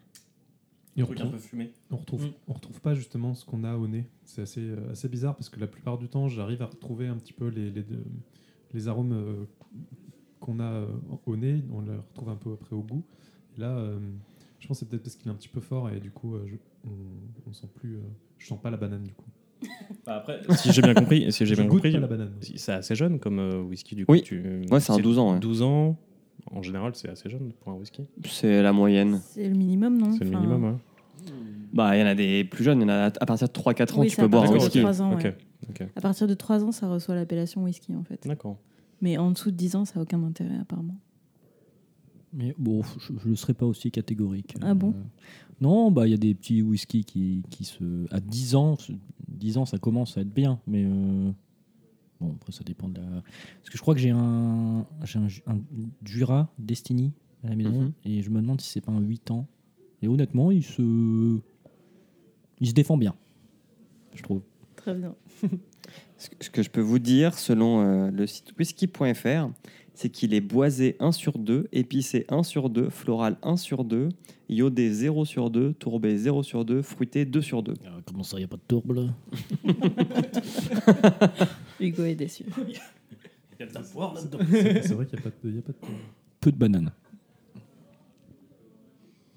[SPEAKER 9] Et on
[SPEAKER 10] truc
[SPEAKER 9] retrouve-
[SPEAKER 10] un peu fumé.
[SPEAKER 9] On retrouve,
[SPEAKER 10] Mm.
[SPEAKER 9] on retrouve pas justement ce qu'on a au nez. C'est assez, euh, assez bizarre parce que la plupart du temps, j'arrive à retrouver un petit peu les, les, deux- les arômes euh, qu'on a euh, au nez. On les retrouve un peu après au goût. Et là, euh, je pense que c'est peut-être parce qu'il est un petit peu fort et du coup, euh, je, on, on sent plus. euh, je sens pas la banane du coup.
[SPEAKER 10] Bah, après, si j'ai bien compris, si
[SPEAKER 9] je
[SPEAKER 10] j'ai bien
[SPEAKER 9] goûte
[SPEAKER 10] compris,
[SPEAKER 9] pas la banane.
[SPEAKER 10] si- c'est assez jeune comme euh, whisky du coup.
[SPEAKER 7] Oui.
[SPEAKER 10] tu-
[SPEAKER 7] Ouais, c'est un 12 ans, ouais.
[SPEAKER 10] 12 ans. En général, c'est assez jeune pour un whisky.
[SPEAKER 7] C'est la moyenne.
[SPEAKER 8] C'est le minimum, non
[SPEAKER 10] C'est le
[SPEAKER 8] Enfin,
[SPEAKER 10] minimum. ouais.
[SPEAKER 7] Bah, il y en a des plus jeunes, il y en a à partir de 3-4 ans,
[SPEAKER 8] Oui,
[SPEAKER 7] tu
[SPEAKER 8] c'est
[SPEAKER 7] peux
[SPEAKER 8] à
[SPEAKER 7] boire un
[SPEAKER 8] partir de
[SPEAKER 7] whisky.
[SPEAKER 8] trois ans,
[SPEAKER 10] ok,
[SPEAKER 8] ouais. À partir de 3 ans, ça reçoit l'appellation whisky, en fait.
[SPEAKER 10] d'accord.
[SPEAKER 8] Mais en dessous de 10 ans, ça n'a aucun intérêt, apparemment.
[SPEAKER 11] Mais bon, je je ne serais pas aussi catégorique.
[SPEAKER 8] Ah bon
[SPEAKER 11] Euh, Non, bah il y a des petits whisky qui, qui se. À 10 ans, ce- 10 ans, ça commence à être bien, mais. euh, Bon, après, ça dépend de la. Parce que je crois que j'ai un, j'ai un, ju- un Jura Destiny à la maison,
[SPEAKER 7] Mhm.
[SPEAKER 11] et je me demande si c'est pas un 8 ans. Et honnêtement, il se. Il se défend bien, je trouve.
[SPEAKER 8] Très bien.
[SPEAKER 7] Ce que- ce que je peux vous dire, selon euh, le site whisky.fr, c'est qu'il est boisé 1 sur 2, épicé 1 sur 2, floral 1 sur 2, iodé 0 sur 2, tourbé 0 sur 2, fruité 2 sur 2.
[SPEAKER 11] comment ça, il n'y a pas de tourbe là
[SPEAKER 8] Hugo est déçu.
[SPEAKER 10] Il y a de la poire là-dedans.
[SPEAKER 9] C'est c'est vrai qu'il n'y a pas de. il y a pas de-
[SPEAKER 11] Peu de bananes.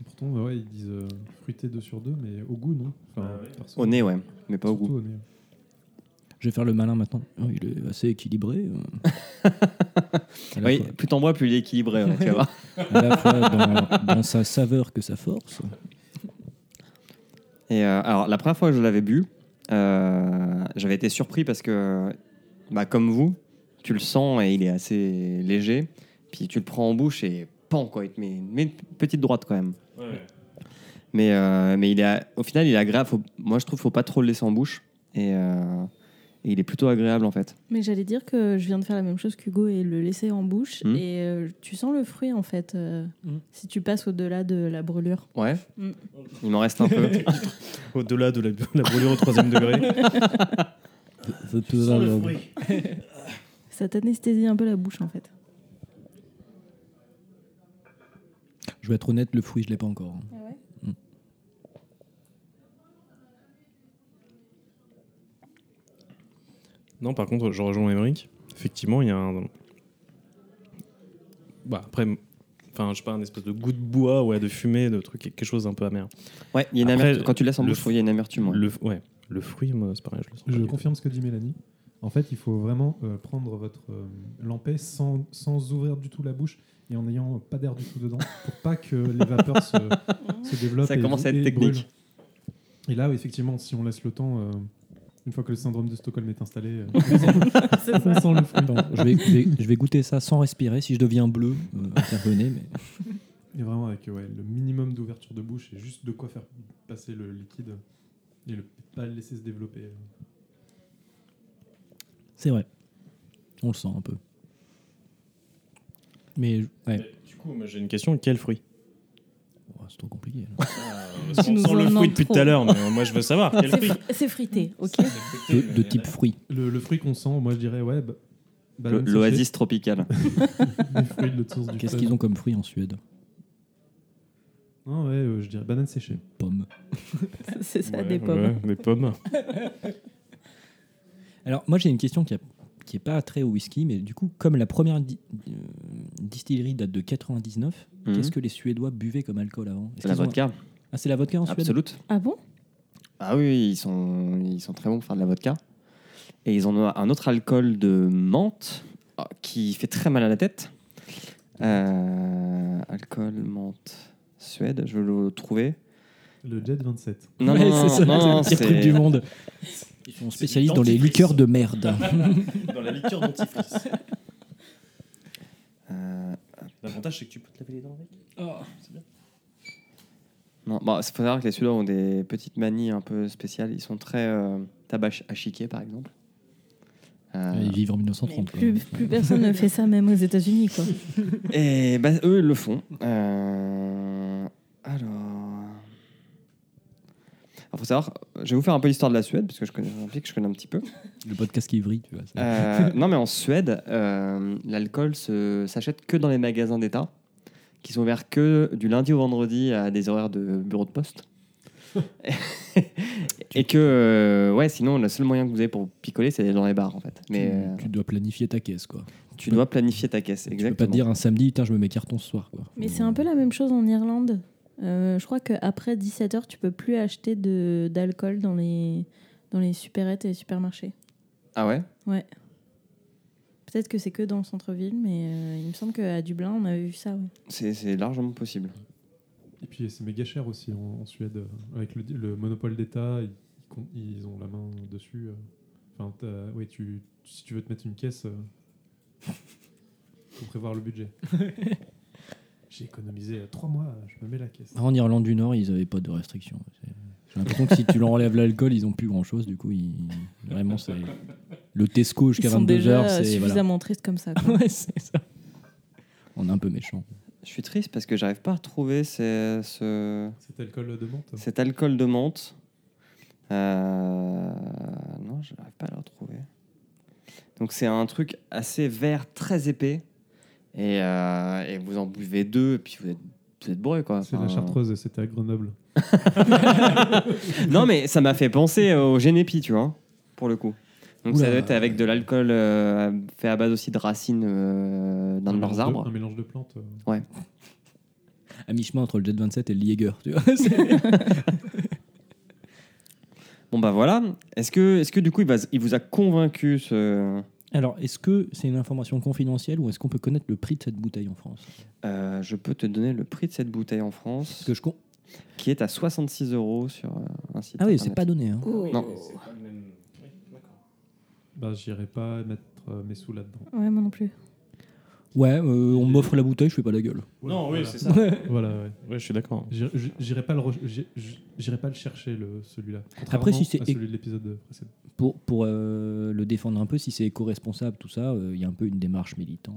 [SPEAKER 9] Pourtant, bah ouais, ils disent euh, fruité 2 sur 2, mais au goût, non Enfin,
[SPEAKER 10] Bah ouais.
[SPEAKER 9] personne-
[SPEAKER 7] Au nez, ouais, mais pas au
[SPEAKER 9] surtout
[SPEAKER 7] goût.
[SPEAKER 9] nez.
[SPEAKER 11] Je vais faire le malin maintenant. Oh, il est assez équilibré. euh. À la
[SPEAKER 7] Oui,
[SPEAKER 11] fois-
[SPEAKER 7] plus t'en bois, plus il est équilibré, ouais, tu vas voir.
[SPEAKER 11] à la fois dans, dans sa saveur que sa force.
[SPEAKER 7] Et euh, alors, la première fois que je l'avais bu, euh, j'avais été surpris parce que, bah, comme vous, tu le sens et il est assez léger. Puis tu le prends en bouche et pan, quoi. Il te met, il te met une petite droite quand même.
[SPEAKER 10] Ouais.
[SPEAKER 7] Mais, euh, mais il est, a- au final, il est agréable. Faut- moi, je trouve qu'il faut pas trop le laisser en bouche. Et, euh, et il est plutôt agréable, en fait.
[SPEAKER 8] Mais j'allais dire que je viens de faire la même chose qu'Hugo et le laisser en bouche.
[SPEAKER 10] Hmm.
[SPEAKER 7] Mm.
[SPEAKER 8] Et euh, tu sens le fruit, en fait, euh,
[SPEAKER 11] Mm.
[SPEAKER 8] si tu passes au-delà de la brûlure.
[SPEAKER 7] Ouais.
[SPEAKER 8] Mm.
[SPEAKER 7] Il m'en reste un peu.
[SPEAKER 10] Au-delà de la, la brûlure au troisième degré.
[SPEAKER 11] The
[SPEAKER 10] Sans
[SPEAKER 11] Pearl
[SPEAKER 10] le
[SPEAKER 11] of-
[SPEAKER 10] fruit.
[SPEAKER 8] Ça t'anesthésie un peu la bouche, en fait.
[SPEAKER 11] Je vais être honnête, le fruit, je l'ai pas encore.
[SPEAKER 10] Non, par contre, je rejoins Emeric. Effectivement, il y a un. Bah, après, m- enfin, je sais pas, un espèce de goût de bois, ouais, de fumée, de truc, quelque chose d'un peu amer.
[SPEAKER 7] Ouais, il y a une
[SPEAKER 10] Après,
[SPEAKER 7] amertume. Quand tu le laisses en
[SPEAKER 10] le
[SPEAKER 7] bouche, je trouve qu'il y a une amertume. ouais.
[SPEAKER 10] Le, f- ouais, le fruit, moi, c'est pareil, je le sens. pas
[SPEAKER 9] Je
[SPEAKER 10] du tout.
[SPEAKER 9] confirme ce que dit Mélanie. En fait, il faut vraiment euh, prendre votre euh, lampée sans, sans ouvrir du tout la bouche et en n'ayant pas d'air du tout dedans pour pas que les vapeurs se, se développent.
[SPEAKER 7] Ça
[SPEAKER 9] et-
[SPEAKER 7] commence à être
[SPEAKER 9] et
[SPEAKER 7] technique.
[SPEAKER 9] brûlent. Et là, oui, effectivement, si on laisse le temps, euh, une fois que le syndrome de Stockholm est installé, euh, on sent le fruit.
[SPEAKER 11] Attends, hein. je, vais, je vais- je vais goûter ça sans respirer. Si je deviens bleu, euh, intervenez. Mais...
[SPEAKER 9] Et vraiment avec euh, ouais, le minimum d'ouverture de bouche et juste de quoi faire passer le liquide et le, pas le laisser se développer. euh.
[SPEAKER 11] C'est vrai. On le sent un peu. Mais ouais,
[SPEAKER 10] Mais Du coup, moi, j'ai une question quel fruit
[SPEAKER 11] Oh, c'est trop compliqué. là.
[SPEAKER 10] On
[SPEAKER 8] Ah, nous
[SPEAKER 10] sent
[SPEAKER 8] en
[SPEAKER 10] le
[SPEAKER 8] demandes
[SPEAKER 10] fruit depuis
[SPEAKER 8] trop.
[SPEAKER 10] tout à l'heure, mais euh, moi, je veux savoir. Quel
[SPEAKER 8] C'est
[SPEAKER 10] fruit
[SPEAKER 8] fr- C'est frité, ok
[SPEAKER 11] De, de type fruit.
[SPEAKER 9] Le, le fruit qu'on sent, moi je dirais, ouais, bah, ballon
[SPEAKER 7] Le-
[SPEAKER 9] séché,
[SPEAKER 7] L'oasis tropicale.
[SPEAKER 9] des fruits de l'autre sens du
[SPEAKER 11] Qu'est-ce
[SPEAKER 9] fleuve.
[SPEAKER 11] qu'ils ont comme fruits en Suède
[SPEAKER 9] Non, ouais, euh, je dirais banane séchée.
[SPEAKER 11] Pommes.
[SPEAKER 8] C'est ça,
[SPEAKER 10] Ouais,
[SPEAKER 8] des pommes.
[SPEAKER 10] ouais, des pommes.
[SPEAKER 11] Alors, moi, j'ai une question qui n'est qui est pas très au whisky, mais du coup, comme la première di- euh, distillerie date de 99,
[SPEAKER 7] Mhm.
[SPEAKER 11] qu'est-ce que les Suédois buvaient comme alcool avant Est-ce
[SPEAKER 7] La
[SPEAKER 11] qu'ils ont-
[SPEAKER 7] vodka,
[SPEAKER 11] Ah, c'est la vodka en Suède
[SPEAKER 7] absolue.
[SPEAKER 8] Ah bon
[SPEAKER 7] Ah oui, oui, ils sont, ils sont très bons pour faire de la vodka. Et ils en ont un autre alcool de menthe ah, qui fait très mal à la tête. Euh, alcool, menthe, Suède, je vais le trouver.
[SPEAKER 9] Le Jet 27.
[SPEAKER 7] Non,
[SPEAKER 11] Ouais,
[SPEAKER 7] non, non,
[SPEAKER 11] c'est ça,
[SPEAKER 7] non, non,
[SPEAKER 11] c'est le pire truc
[SPEAKER 7] c'est-
[SPEAKER 11] du monde. Ils sont spécialistes dans les liqueurs de merde.
[SPEAKER 7] Ah.
[SPEAKER 10] Dans la liqueur dentifrice.
[SPEAKER 7] Euh,
[SPEAKER 10] L'avantage, c'est que tu peux te laver les dents avec.
[SPEAKER 7] non, bon, c'est faut savoir que les Suédois ont des petites manies un peu spéciales. Ils sont très euh, tabac à chiquer, par exemple. Euh,
[SPEAKER 11] Ah, Ils vivent en
[SPEAKER 8] Mais
[SPEAKER 11] 1930. quoi.
[SPEAKER 8] plus, plus personne ne fait ça, même aux États-Unis, quoi.
[SPEAKER 7] et bah, eux, ils le font. Euh, alors. Il faut savoir, je vais vous faire un peu l'histoire de la Suède, parce que je connais l'Olympique, je connais un petit peu.
[SPEAKER 11] Le podcast qui vrille, tu vois. ça.
[SPEAKER 7] Euh, non, mais en Suède, euh, l'alcool se- s'achète que dans les magasins d'État, qui sont ouverts que du lundi au vendredi à des horaires de bureau de poste. et que, euh, ouais, sinon, le seul moyen que vous avez pour picoler, c'est d'aller dans les bars, en fait. Mais
[SPEAKER 11] Tu-
[SPEAKER 7] euh,
[SPEAKER 11] tu dois planifier ta caisse, quoi.
[SPEAKER 7] tu dois planifier ta caisse,
[SPEAKER 11] Tu peux pas
[SPEAKER 7] exactement.
[SPEAKER 11] te dire un samedi, putain, je me mets carton ce soir, quoi.
[SPEAKER 8] Mais c'est un peu la même chose en Irlande. Euh, je crois qu'après 17h, tu peux plus acheter de- d'alcool dans les, dans les supérettes et les supermarchés.
[SPEAKER 7] Ah ouais
[SPEAKER 8] Peut-être que c'est que dans le centre-ville, mais euh, il me semble qu'à Dublin, on avait vu ça. oui.
[SPEAKER 7] C'est c'est largement possible.
[SPEAKER 9] Et puis c'est méga cher aussi en, en Suède. euh, Avec le, le monopole d'État, ils, con- ils ont la main dessus. euh. Enfin, t'as- ouais, tu, si tu veux te mettre une caisse, euh, faut prévoir le budget. J'ai économisé euh, trois mois, je me mets la caisse.
[SPEAKER 11] Ah, En Irlande du Nord, ils avaient pas de restrictions. C'est- J'ai l'impression que si tu leur enlèves l'alcool, ils ont plus grand chose. Du coup, ils... vraiment, c'est le Tesco
[SPEAKER 8] Ils
[SPEAKER 11] jusqu'à
[SPEAKER 8] sont déjà
[SPEAKER 11] 22h,
[SPEAKER 8] euh,
[SPEAKER 11] c'est voilà.
[SPEAKER 8] suffisamment tristes comme ça. quoi.
[SPEAKER 11] Ouais, c'est ça. On est un peu méchant.
[SPEAKER 7] Je suis triste parce que j'arrive pas à retrouver ces- ce,
[SPEAKER 9] Cet alcool de menthe.
[SPEAKER 7] cet alcool de menthe. Euh, Non, je n'arrive pas à le retrouver. Donc c'est un truc assez vert, très épais. Et, euh, et vous en buvez deux, et puis vous êtes, vous êtes bourré. quoi.
[SPEAKER 9] C'est la
[SPEAKER 7] Enfin,
[SPEAKER 9] chartreuse, c'était à Grenoble.
[SPEAKER 7] Non, mais ça m'a fait penser au Génépi, tu vois, pour le coup. Donc ça
[SPEAKER 11] Oula.
[SPEAKER 7] doit être avec de l'alcool euh, fait à base aussi de racines euh, d'un
[SPEAKER 9] Un
[SPEAKER 7] de
[SPEAKER 9] mélange
[SPEAKER 7] leurs arbres.
[SPEAKER 9] Un mélange de plantes. euh.
[SPEAKER 11] À mi-chemin entre le Jet 27 et le Jäger, tu vois.
[SPEAKER 7] Bon bah voilà. Est-ce que, est-ce que du coup il, va- il vous a convaincu ce...
[SPEAKER 11] Alors, est-ce que c'est une information confidentielle ou est-ce qu'on peut connaître le prix de cette bouteille en France
[SPEAKER 7] Euh, je peux te donner le prix de cette bouteille en France,
[SPEAKER 11] Parce que je con-
[SPEAKER 7] qui est à 66 euros sur euh, un site.
[SPEAKER 11] Ah oui, c'est
[SPEAKER 7] internet.
[SPEAKER 11] pas donné.
[SPEAKER 8] oh.
[SPEAKER 11] hein.
[SPEAKER 7] Non.
[SPEAKER 9] Bah, j'irai pas mettre euh, mes sous là-dedans.
[SPEAKER 8] Ouais, moi non plus.
[SPEAKER 11] Ouais, euh, on m'offre la bouteille, je fais pas la gueule.
[SPEAKER 10] Non, oui,
[SPEAKER 9] Voilà.
[SPEAKER 10] c'est ça.
[SPEAKER 9] Voilà, ouais.
[SPEAKER 10] Ouais, je suis d'accord.
[SPEAKER 9] J'irai- J'irai pas le, re- j'ai- j'irai pas le chercher le celui-là.
[SPEAKER 11] Après, si
[SPEAKER 9] Contrairement
[SPEAKER 11] c'est-
[SPEAKER 9] à celui de l'épisode précédent.
[SPEAKER 11] Pour, pour euh, le défendre un peu, si c'est éco-responsable, tout ça, euh, il y a un peu une démarche militante.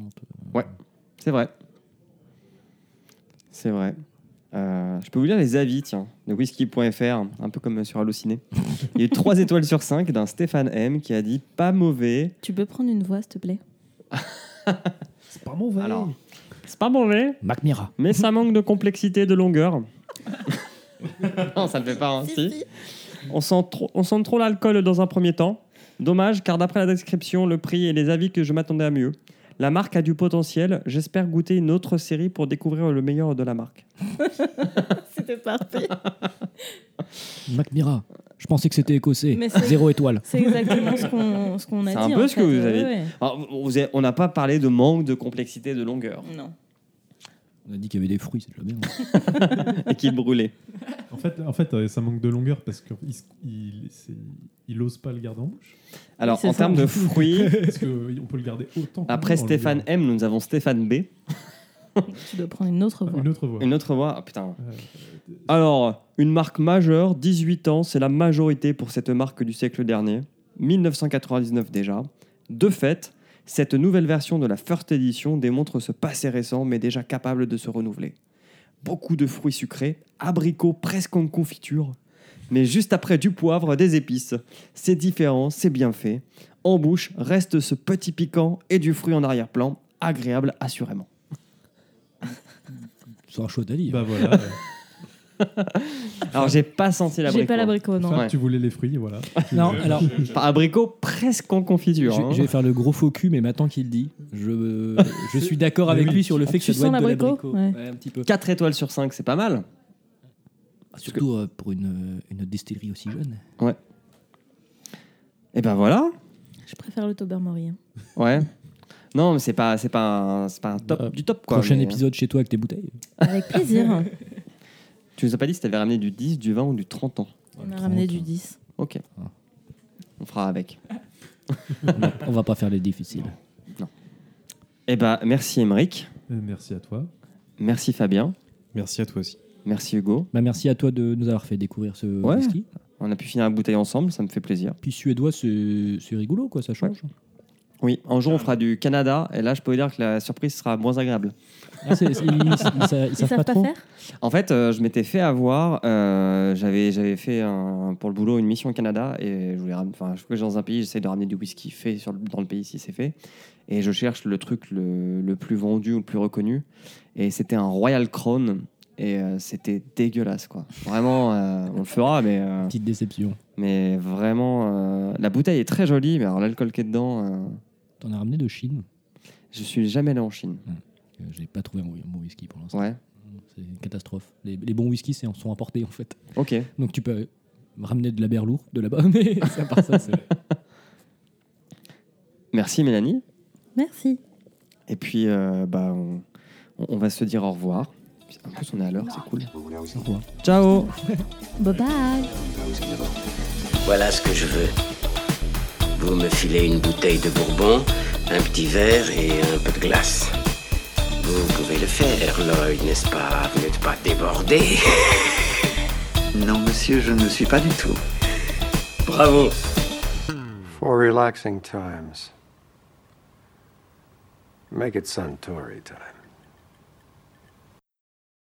[SPEAKER 11] euh.
[SPEAKER 7] C'est vrai. C'est vrai. Euh, je peux vous lire les avis, tiens, de whisky.fr, un peu comme sur Allociné. Il y a eu 3 étoiles sur 5 d'un Stéphane M qui a dit pas mauvais.
[SPEAKER 8] Tu peux prendre une voix, s'il te plaît
[SPEAKER 9] C'est pas mauvais.
[SPEAKER 7] Alors, c'est pas mauvais,
[SPEAKER 11] Mac Mira.
[SPEAKER 7] mais ça manque de complexité, de longueur. non, ça ne fait pas, hein, si. On sent, trop, on sent trop l'alcool dans un premier temps. Dommage, car d'après la description, le prix et les avis que je m'attendais à mieux. La marque a du potentiel. J'espère goûter une autre série pour découvrir le meilleur de la marque.
[SPEAKER 8] C'était parfait.
[SPEAKER 11] Mac Mira. Je pensais que c'était écossais.
[SPEAKER 8] Mais c'est-
[SPEAKER 11] Zéro étoile.
[SPEAKER 8] C'est exactement ce qu'on ce qu'on a
[SPEAKER 7] C'est
[SPEAKER 8] dit.
[SPEAKER 7] un peu
[SPEAKER 8] en
[SPEAKER 7] ce que
[SPEAKER 8] fait.
[SPEAKER 7] vous
[SPEAKER 8] Ouais,
[SPEAKER 7] avez
[SPEAKER 8] ouais.
[SPEAKER 7] Alors, Ah, vous avez- on n'a pas parlé de manque, de complexité, de longueur
[SPEAKER 8] Non.
[SPEAKER 11] On a dit qu'il y avait des fruits, c'est déjà bien.
[SPEAKER 7] et qui brûlait.
[SPEAKER 9] En fait, en fait, euh, ça manque de longueur parce qu'il il, c'est- il ose pas le garder en bouche.
[SPEAKER 7] Alors,
[SPEAKER 8] Oui, c'est
[SPEAKER 7] en
[SPEAKER 8] ça.
[SPEAKER 7] termes de fruits,
[SPEAKER 9] Parce qu'on peut le garder autant. qu'on
[SPEAKER 7] après
[SPEAKER 9] veut en
[SPEAKER 7] Stéphane
[SPEAKER 9] longueur.
[SPEAKER 7] M, nous avons Stéphane B.
[SPEAKER 8] Tu dois prendre une autre voix.
[SPEAKER 9] Une autre voix.
[SPEAKER 7] Une autre voix. Ah, putain.
[SPEAKER 9] Euh,
[SPEAKER 7] Alors, une marque majeure, 18 ans, c'est la majorité pour cette marque du siècle dernier, 1999 déjà. De fait, cette nouvelle version de la First Edition démontre ce passé récent, mais déjà capable de se renouveler. Beaucoup de fruits sucrés, abricots presque en confiture, mais juste après du poivre, des épices. C'est différent, c'est bien fait. En bouche, reste ce petit piquant et du fruit en arrière-plan, agréable assurément.
[SPEAKER 11] C'est un choix d'avis. hein.
[SPEAKER 9] Bah voilà.
[SPEAKER 7] Alors, j'ai pas senti l'abricot.
[SPEAKER 8] J'ai pas l'abricot, non.
[SPEAKER 9] Fab,
[SPEAKER 7] Ouais.
[SPEAKER 9] tu voulais les fruits, voilà. Tu
[SPEAKER 11] Non,
[SPEAKER 9] voulais-
[SPEAKER 11] alors, je,
[SPEAKER 7] Pas abricot, presque en confiture. hein.
[SPEAKER 11] je vais faire le gros faux cul, mais maintenant qu'il le dit, je, je suis d'accord
[SPEAKER 9] Mais
[SPEAKER 11] avec
[SPEAKER 9] oui.
[SPEAKER 11] lui sur le fait que
[SPEAKER 8] Tu
[SPEAKER 11] ça doit
[SPEAKER 8] sens
[SPEAKER 11] être de
[SPEAKER 8] l'abricot
[SPEAKER 11] l'abricot.
[SPEAKER 8] Ouais.
[SPEAKER 11] un petit peu.
[SPEAKER 7] 4 étoiles sur 5, c'est pas mal.
[SPEAKER 11] Surtout euh, pour une, euh, une distillerie aussi jeune.
[SPEAKER 7] Et ben voilà.
[SPEAKER 8] Je préfère le Tobermory. hein.
[SPEAKER 7] Ouais. Non, mais c'est pas, c'est pas, un- c'est pas un top,
[SPEAKER 11] Bah,
[SPEAKER 7] du top quoi.
[SPEAKER 11] Prochain
[SPEAKER 7] mais- euh,
[SPEAKER 11] épisode chez toi avec tes bouteilles.
[SPEAKER 8] Avec plaisir.
[SPEAKER 7] euh, Tu nous as pas dit si t'avais ramené du 10, du 20 ou du 30 ans.
[SPEAKER 8] On a ramené du 10.
[SPEAKER 7] Ok.
[SPEAKER 11] Ah.
[SPEAKER 7] On fera avec.
[SPEAKER 11] On va pas faire les difficiles.
[SPEAKER 7] Eh ben, merci Émeric,
[SPEAKER 9] Euh, Merci à toi.
[SPEAKER 7] merci Fabien,
[SPEAKER 10] Merci à toi aussi.
[SPEAKER 7] merci Hugo.
[SPEAKER 11] Bah, merci à toi de nous avoir fait découvrir ce
[SPEAKER 7] Ouais.
[SPEAKER 11] whisky.
[SPEAKER 7] On a pu finir la bouteille ensemble, ça me fait plaisir.
[SPEAKER 11] Puis suédois, c'est c'est rigolo, quoi, ça change.
[SPEAKER 7] Oui, un jour on fera du Canada et là je peux vous dire que la surprise sera moins agréable.
[SPEAKER 11] Ah, c'est- c'est- ils, ils sa- ils savent,
[SPEAKER 8] Ils savent pas,
[SPEAKER 11] trop.
[SPEAKER 8] faire
[SPEAKER 7] En fait, euh, je m'étais fait avoir. euh, j'avais, j'avais fait un- pour le boulot une mission au Canada et je voulais ramener. Enfin, je suis dans un pays, j'essaie de ramener du whisky fait sur le- dans le pays si c'est fait. Et je cherche le truc le, le plus vendu ou le plus reconnu. Et c'était un Royal Crown et euh, c'était dégueulasse quoi. Vraiment, euh, on le fera, mais euh,
[SPEAKER 11] Petite déception.
[SPEAKER 7] mais vraiment, euh, la bouteille est très jolie. Mais alors l'alcool qui est dedans, euh,
[SPEAKER 11] T'en as ramené de Chine.
[SPEAKER 7] je suis jamais allé en Chine.
[SPEAKER 11] Euh, J'ai pas trouvé un bon- bon whisky pour l'instant.
[SPEAKER 7] Ouais.
[SPEAKER 11] C'est une catastrophe. Les, les bons whiskies c'est- sont importés, en fait.
[SPEAKER 7] Ok.
[SPEAKER 11] Donc tu peux ramener de la berlour de là-bas, mais à part ça, c'est...
[SPEAKER 7] Merci Mélanie.
[SPEAKER 8] Merci.
[SPEAKER 7] Et puis euh, bah on, on va se dire au revoir. En plus on est à l'heure, c'est cool. Ciao.
[SPEAKER 8] Bye bye.
[SPEAKER 4] Voilà ce que je veux. Vous me filez une bouteille de bourbon, un petit verre et un peu de glace. Vous pouvez le faire, Lloyd, n'est-ce pas Vous n'êtes pas débordé
[SPEAKER 5] Non, monsieur, je ne suis pas du tout.
[SPEAKER 4] Bravo
[SPEAKER 6] For relaxing times. Make it Suntory time.